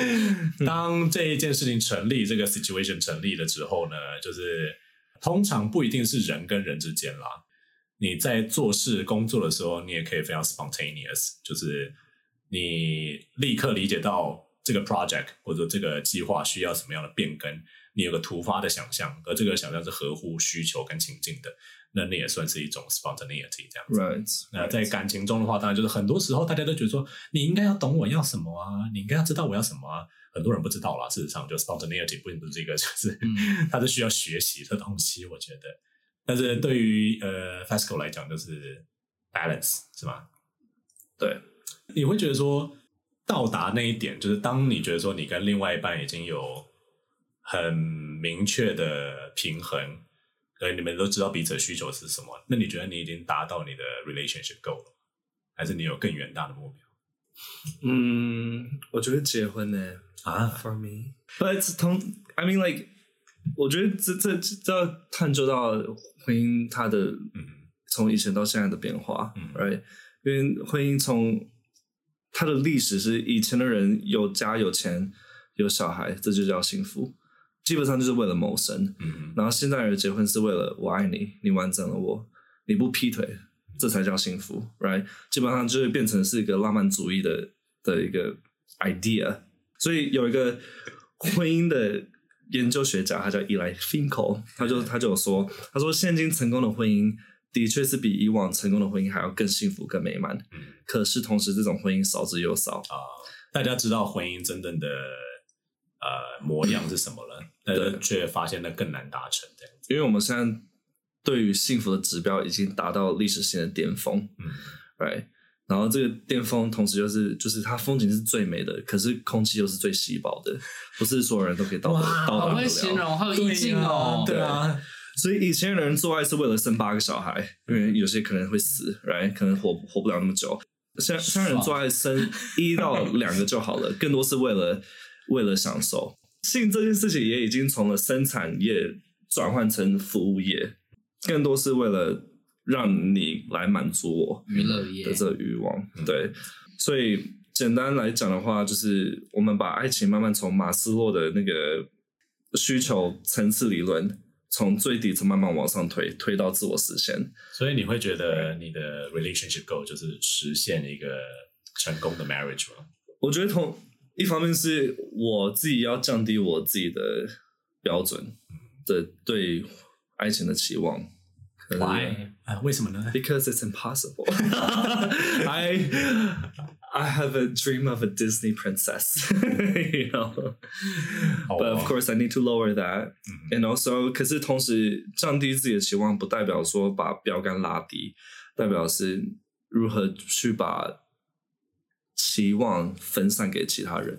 S1: 当这一件事情成立，这个 situation 成立了之后呢，就是通常不一定是人跟人之间啦。你在做事、工作的时候，你也可以非常 spontaneous，就是你立刻理解到这个 project 或者这个计划需要什么样的变更，你有个突发的想象，而这个想象是合乎需求跟情境的，那你也算是一种 spontaneity 这样子。
S3: ，right？
S1: 那在感情中的话，当然就是很多时候大家都觉得说，你应该要懂我要什么啊，你应该要知道我要什么啊。很多人不知道啦，事实上就 spontaneity 不仅不是这个，就是、
S2: 嗯
S1: 它是需要学习的东西，我觉得。但是对于呃 Fasco 来讲，就是 balance 是吧？
S3: 对，
S1: 你会觉得说，到达那一点，就是当你觉得说你跟另外一半已经有很明确的平衡，呃，你们都知道彼此的需求是什么，那你觉得你已经达到你的 relationship goal 了，还是你有更远大的目标
S3: 嗯，我觉得结婚呢、
S1: 啊？
S3: For me, but 同 I mean like，我觉得这这这要探究到婚姻它的
S1: 嗯
S3: 从以前到现在的变化、
S1: 嗯
S3: r i g h t 因为婚姻从它的历史是以前的人有家有钱有小孩，这就叫幸福，基本上就是为了谋生。
S1: 嗯
S3: 然后现在人结婚是为了我爱你，你完整了我，你不劈腿，这才叫幸福，right？基本上就会变成是一个浪漫主义的的一个 idea。所以有一个婚姻的研究学家，他叫伊莱finkel，他
S1: 嗯
S3: 就他就有说，他说现今成功的婚姻的确是比以往成功的婚姻还要更幸福、更美满。
S1: 嗯
S3: 可是同时，这种婚姻少之又少，
S1: 啊、大家知道婚姻真正的呃模样是什么了，但是
S3: 对
S1: 却发现那更难达成这样子。
S3: 因为我们现在对于幸福的指标已经达到历史性的巅峰。
S1: 嗯
S3: right？然后这个巅峰同时又是就是它风景是最美的，可是空气又是最稀薄的，不是所有人都可以到达
S1: 哇
S3: 到
S2: 好
S3: 达
S2: 会
S3: 得
S2: 形
S3: 了。
S2: 容，好有意境哦。
S1: 对啊，
S3: 所以以前的人做爱是为了生八个小孩，因为有些可能会死，right？可能活活不了那么久。现在现在人做爱生一到两个就好了，更多是为了为了享受。性这件事情也已经从了生产业转换成服务业，更多是为了让你来满足我。
S2: 娱乐业
S3: 的这个欲望。对，所以简单来讲的话，就是我们把爱情慢慢从马斯洛的那个需求层次理论，从最底层慢慢往上推，推到自我实现。
S1: 所以你会觉得你的 relationship goal 就是实现一个成功的 marriage 吗？
S3: 我觉得同一方面是我自己要降低我自己的标准的对爱情的期望。可是
S1: Why？啊，为什么 呢？
S3: Because it's impossible. I I have a dream of a Disney princess, you know. But of course, I need to lower that, and also，可是同时降低自己的期望，不代表说把标杆拉低，代表是如何去把期望分散给其他人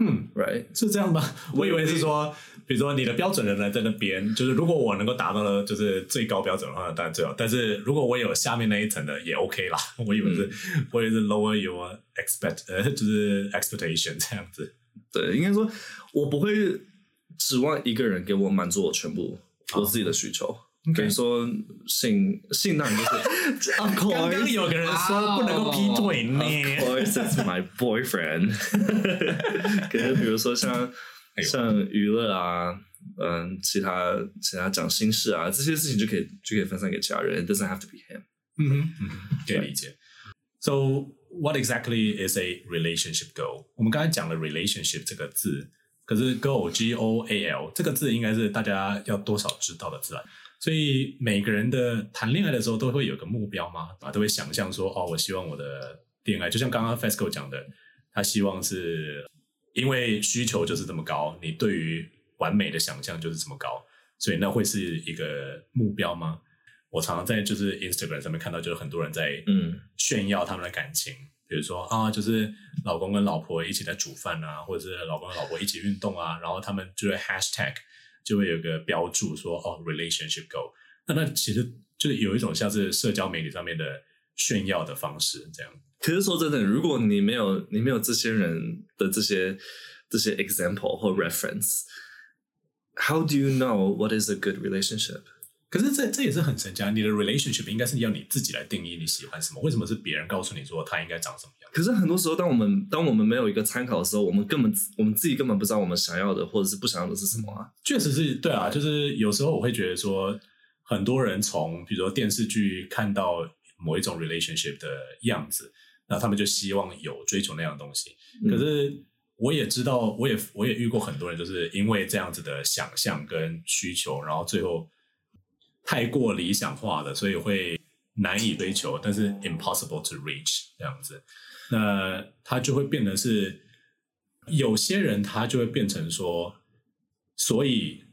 S1: 嗯，
S3: ，right？
S1: 是这样吗？ 我以为是说，比如说你的标准人来在那边，就是如果我能够达到了就是最高标准的话，当然最好。但是如果我有下面那一层的也 OK 啦。 我以为是，我以为是 lower your expect，呃，就是 expectation 这样子。
S3: 对，应该说，我不会指望一个人给我满足我全部我
S1: 哦
S3: 自己的需求。比如说性性那你就是 ，Of
S1: 刚刚
S3: course,
S1: 有个人说不能够劈腿呢
S3: of，course, that's my boyfriend 。 可是比如说像
S1: 哎呦
S3: 像娱乐啊，嗯，其他其他讲心事啊，这些事情就可以就可以分散给其他人，it doesn't have to be him。
S1: 嗯哼，嗯哼可以理解。So what exactly is a relationship goal？我们刚才讲了 relationship 这个字，可是 goal g o a l 这个字应该是大家要多少知道的字啊。所以每个人的谈恋爱的时候都会有个目标吗？啊，都会想象说，哦，我希望我的恋爱，就像刚刚 FESCO 讲的，他希望是因为需求就是这么高，你对于完美的想象就是这么高，所以那会是一个目标吗？我常常在就是 Instagram 上面看到，就是很多人在
S3: 嗯
S1: 炫耀他们的感情，比如说啊，就是老公跟老婆一起在煮饭啊，或者是老公跟老婆一起运动啊，然后他们就会 hashtag 就会有个标注说哦 relationship goal，那那其实就是有一种像是社交媒体上面的炫耀的方式这样。
S3: 可是说真的，如果你没有你没有这些人的这些这些 example 或 reference，how do you know what is a good relationship？
S1: 可是这这也是很神奇啊！你的 relationship 应该是要你自己来定义你喜欢什么，为什么是别人告诉你说他应该长什么样？
S3: 可是很多时候，当我们当我们没有一个参考的时候，我们根本我们自己根本不知道我们想要的或者是不想要的是什么啊。
S1: 确实是对啊，就是有时候我会觉得说，很多人从比如说电视剧看到某一种 relationship 的样子，那他们就希望有追求那样的东西。
S3: 嗯
S1: 可是我也知道，我也我也遇过很多人，就是因为这样子的想象跟需求，然后最后太过理想化了，所以会难以追求，但是 impossible to reach 这样子。那他就会变得是有些人他就会变成说，所以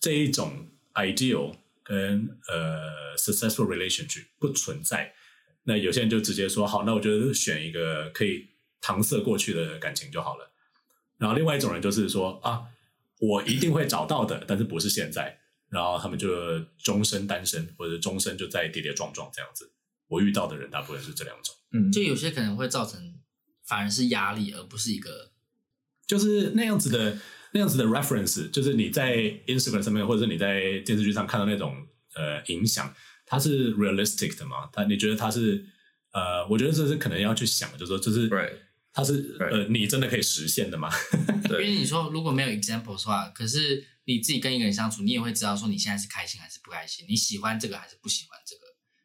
S1: 这一种 ideal 跟呃 successful relationship 不存在。那有些人就直接说好，那我就选一个可以搪塞过去的感情就好了。然后另外一种人就是说啊，我一定会找到的，但是不是现在。然后他们就终身单身，或者终身就在跌跌撞撞这样子。我遇到的人大部分是这两种。
S3: 嗯，
S2: 就有些可能会造成反而是压力，而不是一个
S1: 就是那样子的那样子的 reference，就是你在 Instagram 上面，或者是你在电视剧上看到那种呃影响，它是 realistic 的吗？它你觉得它是呃，我觉得这是可能要去想，就是说这是
S3: Right
S1: 它是
S3: Right
S1: 呃，你真的可以实现的吗？
S2: 因为
S3: 对
S2: 你说如果没有 example 的话，可是你自己跟一个人相处，你也会知道说你现在是开心还是不开心，你喜欢这个还是不喜欢这个。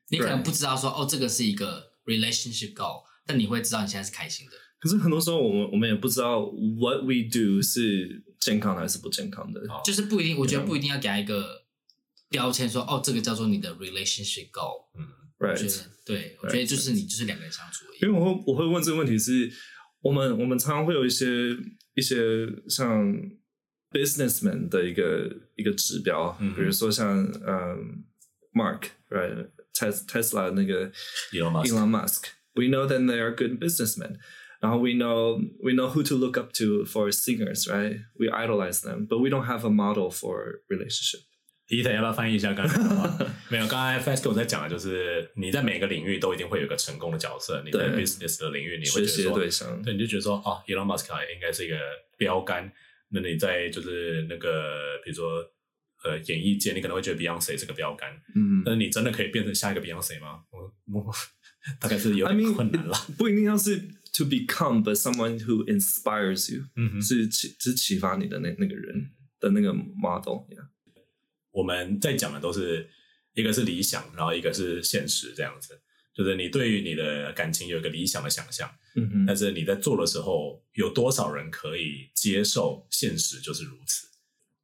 S2: 你可能
S3: Right
S2: 不知道说哦，这个是一个 relationship goal，但你会知道你现在是开心的。
S3: 可是很多时候，我们我们也不知道 what we do 是健康的还是不健康的。
S1: 哦
S2: 就是不一定，我觉得不一定要给他一个标签说哦，这个叫做你的 relationship goal。我觉
S3: Right？
S2: 得对，我觉得就是你就是两个人相处而已。
S3: 因为我会我会问这个问题是，我们我们常常会有一些一些像 businessman 的一个一个指标，
S1: 嗯
S3: 比如说像嗯 Mark right Tes- Tesla 那个
S1: Elon Musk
S3: Elon Musk。We know that they are good businessmen. 然后 we know we know who to look up to for singers, right? We idolize them, but we don't have a model for relationship.
S1: 伊藤要不要翻译一下刚才的话？没有， 刚才 Fasco 在讲的就是你在每个领域都一定会有一个成功的角色，你在
S3: 对
S1: business 的领域你会
S3: 学
S1: 觉
S3: 习
S1: 得
S3: 的
S1: 说
S3: 对象，
S1: 对，你就觉得说，哦，Elon Musk 应该是一个标杆。那你在就是那个，比如说呃，演艺界，你可能会觉得 Beyonce 是个标杆，
S3: 嗯，
S1: 但是你真的可以变成下一个 Beyonce 吗？我我大概是有
S3: I
S1: 点
S3: mean，
S1: 困难了。
S3: 不一定要是 to become, but someone who inspires you，、
S1: 嗯哼，
S3: 是启是启发你的那那个
S2: 嗯
S3: 人的那个 model。Yeah.
S1: 我们在讲的都是一个是理想，然后一个是现实，这样子。就是你对于你的感情有一个理想的想象，
S3: 嗯
S1: 但是你在做的时候，有多少人可以接受现实就是如此？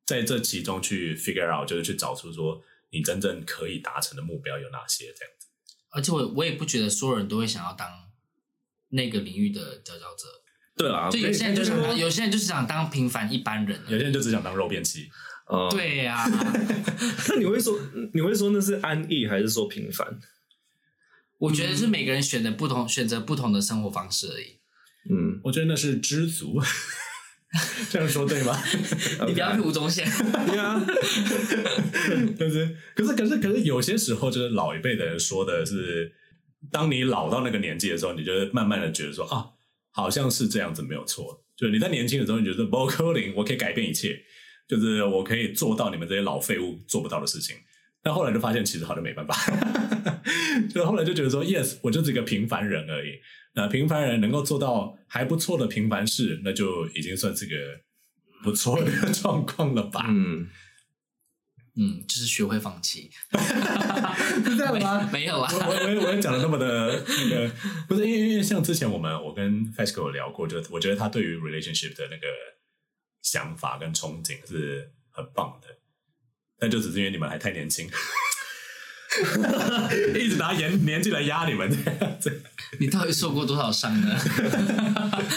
S1: 在这其中去 figure out，就是去找出说你真正可以达成的目标有哪些，这样子。
S2: 而且我我也不觉得所有人都会想要当那个领域的佼佼者，
S3: 对啊啦，
S2: 就有些人就
S3: 就是
S2: 想当，有些人就是想当平凡一般人而
S1: 有
S2: 已。
S1: 些人就只想当肉便器，
S3: 哦，
S2: 对啊呀、
S3: 那你会说你会说那是安逸还是说平凡？
S2: 我觉得是每个人选择不同，选择不同的生活方式而已。
S3: 嗯，
S1: 我觉得那是知足。 这样说对吗？
S2: 你不要去吴宗宪，
S3: 对啊，
S1: 就是，可是可是可是有些时候，就是老一辈的人说的是，当你老到那个年纪的时候，你就会慢慢的觉得说啊，好像是这样子没有错。就是你在年轻的时候，你觉得 b o c l i n 我可以改变一切，就是我可以做到你们这些老废物做不到的事情。但后来就发现，其实好像没办法。 就是后来就觉得说，yes，我就是一个平凡人而已。那平凡人能够做到还不错的平凡事，那就已经算是个不错的 状况了吧？
S3: 嗯，
S2: 嗯，就是学会放弃。
S1: 是这样的 吗？
S2: 没有啊
S1: 我，我我我也讲的那么的那个，不是因为因为像之前我们我跟 Fasco 有聊过，就我觉得他对于 relationship 的那个想法跟憧憬是很棒的，但就只是因为你们还太年轻， 一直拿年年纪来压你们这样子。
S2: 你到底受过多少伤呢？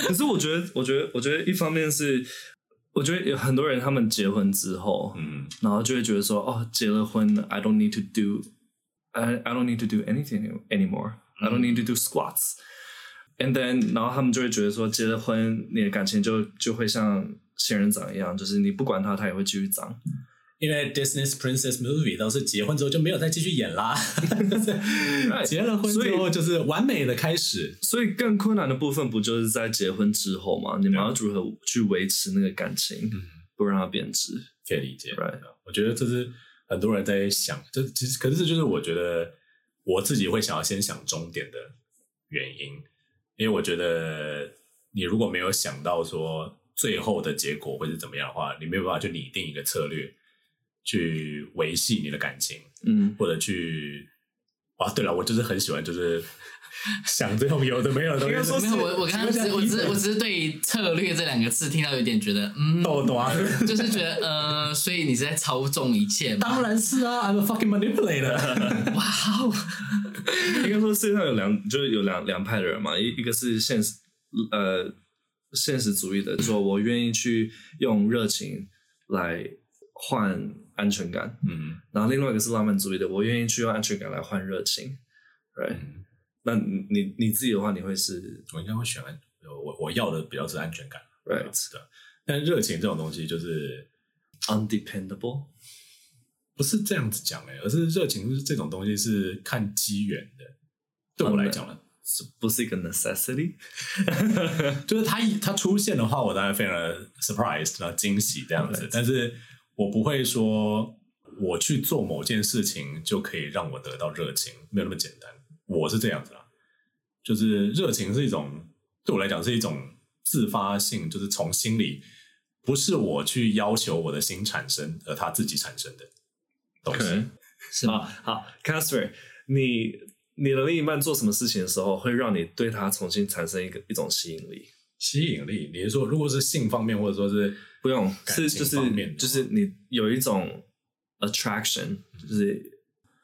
S3: 可是我觉得，我觉得，我觉得一方面是，我觉得有很多人他们结婚之后，
S1: 嗯，
S3: 然后就会觉得说，哦，结了婚，I don't need to do, I I don't need to do anything anymore, I don't need to do squats. And then，然后他们就会觉得说，结了婚，你的感情就就会像仙人掌一样，就是你不管它，它也会继续长。
S1: 因为 Disney Princess Movie 都是结婚之后就没有再继续演 啦，结了婚
S3: 所以
S1: 之后就是完美的开始。
S3: 所以更困难的部分不就是在结婚之后嘛？你们要如何去维持那个感情，不让它变质？
S1: 可以理解。啊
S3: Right
S1: 我觉得这是很多人在想，这其实可是这就是我觉得我自己会想要先想终点的原因，因为我觉得你如果没有想到说最后的结果会是怎么样的话，你没有办法去拟定一个策略去维系你的感情，
S3: 嗯，
S1: 或者去啊，对了，我就是很喜欢就是想这种有的没有的东西，
S3: 应该说
S2: 没有，我我刚刚只我只我只是对于策略这两个字听到有点觉得，嗯，
S1: 豆 豆啊。
S2: 就是觉得，呃，所以你是在操纵一切吗？
S1: 当然是啊，I'm a fucking manipulator。
S2: 哇哦，
S3: 应该说世界上有两，就是有两两派的人嘛，一一个是现实，呃，现实主义的，说我愿意去用热情来换安全感，
S1: 嗯，
S3: 然后另外一个是浪漫主义的，我愿意去用安全感来换热情，right？、那
S1: 嗯
S3: 你你你自己的话，你会是
S1: 我应该会选安，呃我我要的比较是安全感。
S3: right
S1: 是的。但热情这种东西就是
S3: undependable？
S1: 不是这样子讲哎、而是热情是这种东西是看机缘的。对我来讲呢，
S3: 是不是一个 necessity？
S1: 就是它一它出现的话，我当然非常的 surprise，然后惊喜这样子。
S3: Right.
S1: 但是我不会说我去做某件事情就可以让我得到热情，没有那么简单。我是这样子啦，就是热情是一种对我来讲是一种自发性，就是从心里不是我去要求我的心产生，而它自己产生的东西。
S2: 是吗？
S3: 好 c a s p e r 你你的另一半做什么事情的时候，会让你对他重新产生一个一种吸引力？
S1: 吸引力，你是说如果是性方面，或者说是
S3: 不用，
S1: 感
S3: 是
S1: 情
S3: 就是
S1: 方面的
S3: 就是你有一种 attraction，就是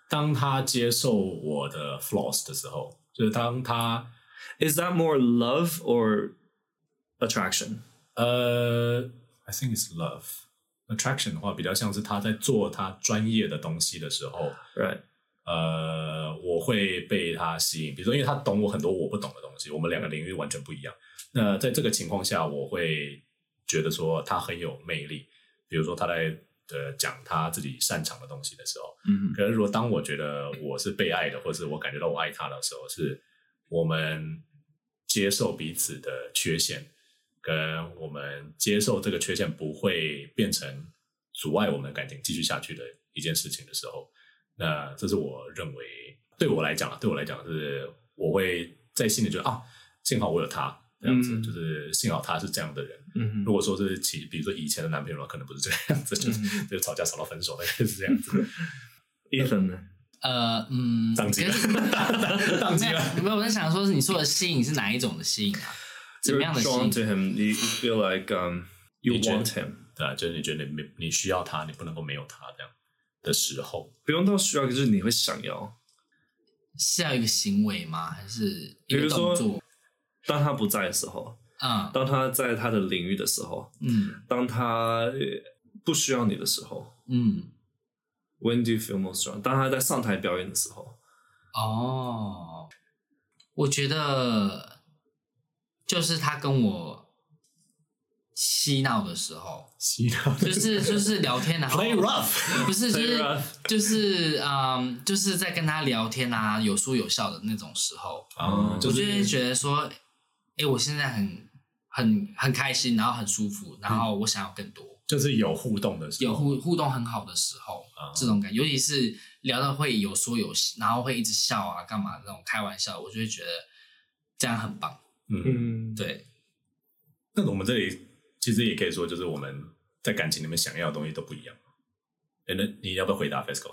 S1: 当他接受我的 flaws 的时候，就是当他
S3: is that more love or attraction？
S1: 呃，I think it's love attraction 的话，比较像是他在做他专业的东西的时候，
S3: Right，
S1: 呃，我会被他吸引。比如说，因为他懂我很多我不懂的东西，我们两个领域完全不一样。那在这个情况下，我会觉得说他很有魅力。比如说他在呃讲他自己擅长的东西的时候，
S3: 嗯
S1: 可是如果当我觉得我是被爱的，或是我感觉到我爱他的时候，是我们接受彼此的缺陷，跟我们接受这个缺陷不会变成阻碍我们感情继续下去的一件事情的时候，那这是我认为对我来讲啊，对我来讲是我会在心里觉得啊，幸好我有他这样子，
S3: 嗯
S1: 就是幸好他是这样的人，
S3: 嗯
S1: 如
S3: 哼
S1: 果说是其，比如说以前的男朋友的话，可能不是这样子，就是就吵架吵到分手，大概是这样子。
S3: ，Ethan 呢？
S2: 呃，嗯，
S1: 当机了
S2: 可是
S1: 当机了
S2: 没有，我在想说，你说的吸引是哪一种的吸引啊？怎么样的
S3: You're
S2: 吸
S3: drawn
S2: 引
S3: to？him? You you feel like um you
S1: 你觉得
S3: want him？
S1: 对啊，就是你觉得你没你需要他，你不能够没有他这样的时候，
S3: 不用到需要，就是你会想要。
S2: 是要一个行为吗？还是
S3: 比
S2: 一
S3: 如
S2: 个动
S3: 说
S2: 作？，
S3: 当他不在的时候，
S2: 嗯
S3: 当他在他的领域的时候，
S2: 嗯
S3: 当他呃不需要你的时候
S2: 嗯，
S3: ，When do you feel most strong？当他在上台表演的时候，
S2: 哦，我觉得就是他跟我嬉闹的时候，
S1: 吸
S3: 啊
S1: 到
S2: 就是就是聊天，然 后
S1: play rough，
S2: 不是，就
S3: Play
S2: 是
S3: rough
S2: 就是嗯，就是在跟他聊天啊，有说有笑的那种时候，
S1: 啊、
S3: 嗯
S1: 就
S2: 我就会
S1: 是
S2: 觉得说，哎、我现在很很很开心，然后很舒服，然后我想要更多，
S1: 就是有互动的时候，
S2: 有互互动很好的时候，
S1: 啊
S2: 这种感觉，尤其是聊到会有说有笑，然后会一直笑啊，干嘛那种开玩笑，我就会觉得这样很棒。
S1: 嗯，
S3: 嗯，
S2: 对，
S1: 那我们这里其实也可以说，就是我们在感情里面想要的东西都不一样。哎，那你要不要回答 FESCO？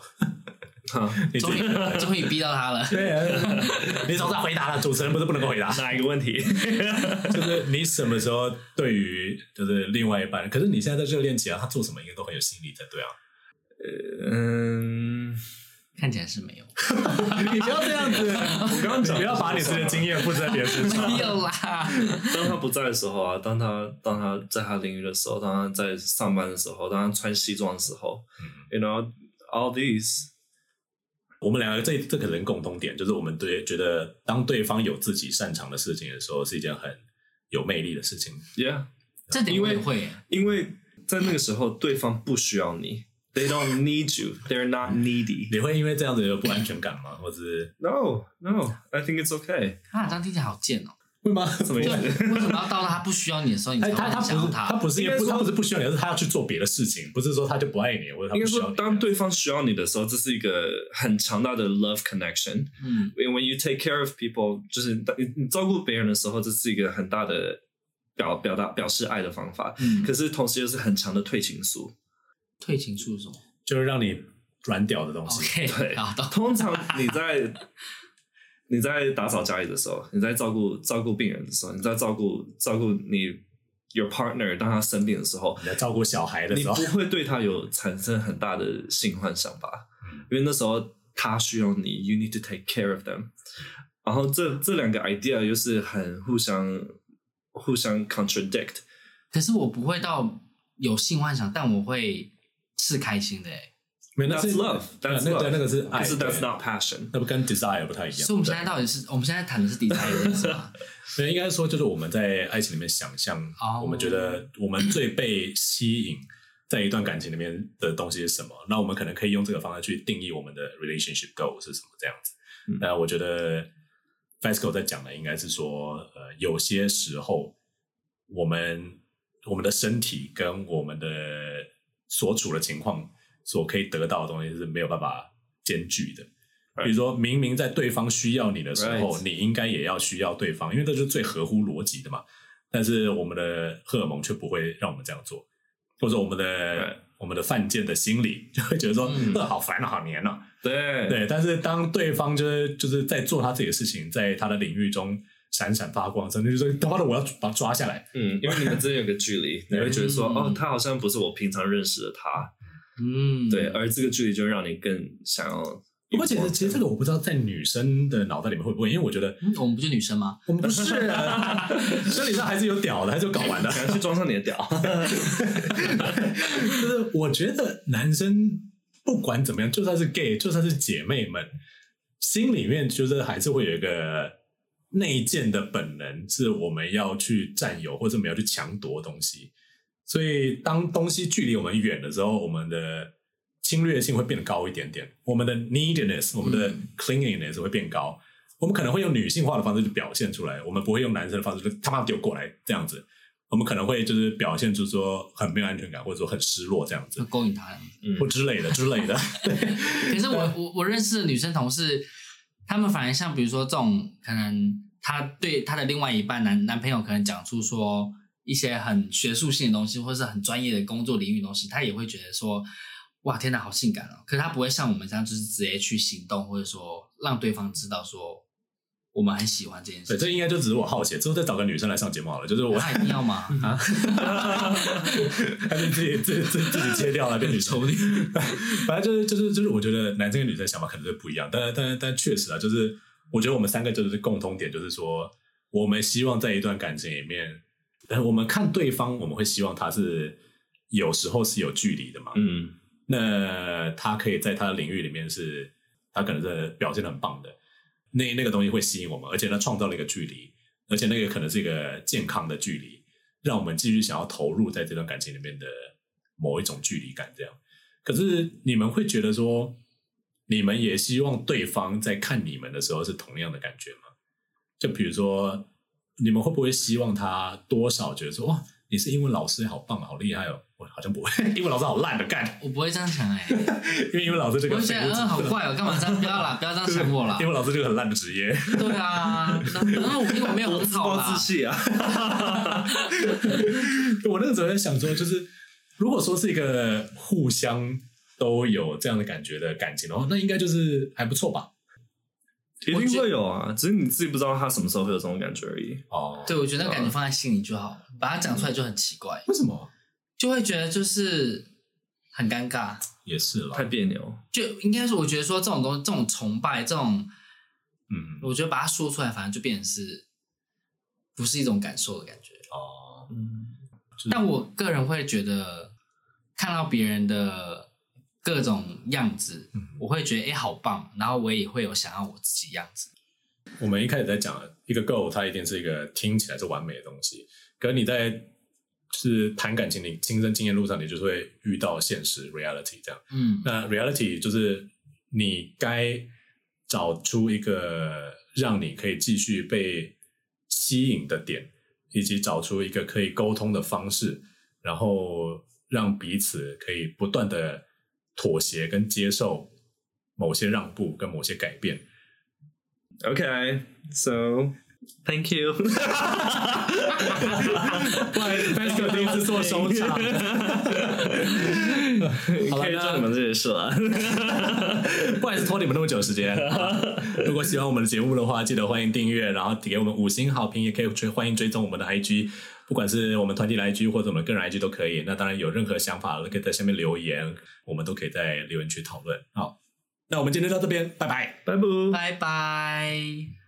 S3: 哈，
S1: 你自
S2: 终
S1: 己
S2: 于 终于逼到他了。
S1: 对啊， 你总算回答了，主持人不是不能够回答。
S3: 哪一个问题？
S1: 就是你什么时候对于就是另外一半，可是你现在在热恋期啊，他做什么应该都很有吸引力才对啊。
S3: 嗯，
S2: 看起来是 没有，
S1: 你不要这样子，我
S3: 刚刚讲
S1: 不要把你自己的经验复制在别人身上。
S2: 没有啦。
S3: 当他不在的时候啊，当他当他在他领域的时候，当他在上班的时候，当他穿西装的时候、y
S1: 嗯
S3: o u know all these，
S1: 我们两个这这可能共同点就是，我们对觉得当对方有自己擅长的事情的时候，是一件很有魅力的事情。
S3: yeah，
S2: 这点我也会耶，
S3: 因为在那个时候，对方不需要你，they don't need you，they're not needy。
S1: 你会因为这样子有不安全感 吗？或者是
S3: No, no, I think it's okay。
S2: 他好像听起来好贱哦。
S1: 会吗？
S3: 什么意
S2: 对，
S3: 思？
S2: 为什么要到了他不需要你的时候，你才
S1: 哎，
S2: 会
S1: 他他
S2: 想
S1: 不
S2: 要
S1: 是他不是因为不他不是不需要你，而是他要去做别的事情，不是说他就不爱你， 啊或者他
S3: 应
S1: 不
S3: 该
S1: 需要
S3: 说，
S1: 你。
S3: 当对方需要你的时候，这是一个很强大的 love connection。
S2: 嗯
S3: And when you take care of people，就是当你你照顾别人的时候，这是一个很大的表表达表示爱的方法。
S2: 嗯，
S3: 可是同时又是很强的退情素。
S2: 退情术是什么
S1: 就是让你软屌的东西。
S2: ？OK，
S3: 对
S2: 好的，
S3: 通常你在你在打扫家里的时候，你在照顾照顾病人的时候，你在照顾照顾你 your partner 当他生病的时候，
S1: 你在照顾小孩的
S3: 你
S1: 时
S3: 不
S1: 候，
S3: 会对他有产生很大的性幻想吧？因为那时候他需要你，you need to take care of them。然后这这两个 idea 又是很互相互相 contradict。
S2: 可是我不会到有性幻想，但我会是开心的哎。
S1: 没有那
S3: That's
S1: 是
S3: love,
S1: 对
S3: that's
S1: 那
S3: love，
S1: 对那个是爱
S3: 可是
S1: 对
S3: that's not passion。
S1: 那不跟 desire 不太一样。
S2: 所以我们现在到底是我们现在谈的是底层的 是吗？
S1: 对，应该说就是我们在爱情里面想象
S2: 哦
S1: 我们觉得我们最被吸引在一段感情里面的东西是什么？那我们可能可以用这个方式去定义我们的 relationship goal 是什么这样子
S3: 嗯。
S1: 那、我觉得 f e s c o 在讲的应该是说，呃，有些时候我们我们的身体跟我们的所处的情况所可以得到的东西是没有办法兼具的。比如说明明在对方需要你的时候
S3: Right
S1: 你应该也要需要对方，因为这就是最合乎逻辑的嘛。但是我们的荷尔蒙却不会让我们这样做，或者我们的
S3: Right
S1: 我们的犯贱的心理就会觉得说，
S2: 嗯
S1: 这、好烦啊，好黏啊。
S3: 对
S1: 对，但是当对方就是就是在做他自己的事情，在他的领域中闪闪发光的时候，就是说，妈的，我要把他抓下来。
S3: 嗯，因为你们之间有个距 离，你会觉得说，
S2: 嗯
S3: 哦，他好像不是我平常认识的他，
S2: 嗯，
S3: 对，而这个距离就让你更想要。
S1: 不过其实其实这个我不知道在女生的脑袋里面会不会，因为我觉得
S2: 嗯，我们不就女生吗？
S1: 我 们不是、啊，生理上还是有屌的，还是有睾丸的。
S3: 想要去装上你的屌，
S1: 就是我觉得男生不管怎么样，就算是 gay，就算是姐妹们，心里面就是还是会有一个内建的本能，是我们要去占有或者我们要去强夺东西。所以当东西距离我们远的时候，我们的侵略性会变得高一点点，我们的 neediness，我们的 clinginess 会变高。我们可能会用女性化的方式去表现出来，我们不会用男生的方式，就他妈给我过来这样子。我们可能会就是表现出说很没有安全感，或者说很失落这样
S2: 就
S1: 子，
S2: 勾引他。
S3: 嗯
S1: 或之类的之类的。
S2: 可是我我我认识的女生同事，她们反而像比如说这种，可能她对她的另外一半男男朋友可能讲出说一些很学术性的东西，或是很专业的工作领域的东西，她也会觉得说，哇，天哪，好性感哦！可是她不会像我们这样，就是直接去行动，或者说让对方知道说我们很喜欢这件
S1: 对，
S2: 事情。
S1: 这应该就只是我好奇，之后再找个女生来上节目好了。就是我
S2: 她一定要吗？
S1: 还是自己自己自己自己切掉了，变女生。反正就是就是就是，我觉得男生跟女生想法可能是不一样，但但但确实啊，就是我觉得我们三个就是共通点，就是说我们希望在一段感情里面，呃我们看对方，我们会希望他是有时候是有距离的嘛，
S3: 嗯，
S1: 那他可以在他的领域里面是，他可能是表现的很棒的，那那个东西会吸引我们，而且它创造了一个距离，而且那个可能是一个健康的距离，让我们继续想要投入在这段感情里面的某一种距离感。这样，可是你们会觉得说，你们也希望对方在看你们的时候是同样的感觉吗？就比如说，你们会不会希望他多少觉得说，哇，你是英文老师，好棒，好厉害哦？我好像不会， 英文老师好烂的干。
S2: 我不会这样想哎、
S1: 因为英文老师这个
S2: 我会觉得嗯好哦怪哦，干嘛这样？不要啦，不要这样想我啦
S1: 英。文老师这个很烂的职业，
S2: 对啊，那那我英文没有很好
S3: 多
S2: 啦
S3: 自。信啊，
S1: 我那个时候在想说，就是如果说是一个互相都有这样的感觉的感情的话，那应该就是还不错吧？
S3: 一定会有啊，只是你自己不知道他什么时候会有这种感觉而已。
S1: 哦，
S2: 对，我觉得那感觉放在心里就好，把它讲出来就很奇怪，
S1: 为什么？
S2: 就会觉得就是很尴尬。
S1: 也是啦
S2: 啊
S3: 太，别扭。
S2: 就应该是我觉得说这种东这种崇拜，这种
S1: 嗯，
S2: 我觉得把它说出来，反正就变成是不是一种感受的感觉。
S1: 哦，
S3: 嗯，
S1: 就是
S2: 但我个人会觉得，看到别人的各种样子，
S1: 嗯
S2: 我会觉得哎、诶好棒，然后我也会有想要我自己样子。
S1: 我们一开始在讲一个 goal，它一定是一个听起来是完美的东西，可是你在就是谈感情、你亲身经验路上，你就是会遇到现实 reality 这样。
S2: 嗯
S1: 那 reality 就是你该找出一个让你可以继续被吸引的点，以及找出一个可以沟通的方式，然后让彼此可以不断的妥协跟接受某些让步跟某些改 变。
S3: Okay, so thank you.
S1: 这个第一次做收 场，
S3: 可以做你们自己的事 了。
S1: 不好意思拖你们那么久时间。如果喜欢我们的节目的话，记得欢迎订阅，然后给我们五星好评，也可以追欢迎追踪我们的 IG，不管是我们团体的 IG 或者我们个人 IG 都可以。那当然有任何想法都可以在下面留言，我们都可以在留言区讨论。好，那我们今天就到这边，拜拜。
S3: 拜拜。
S2: 拜拜。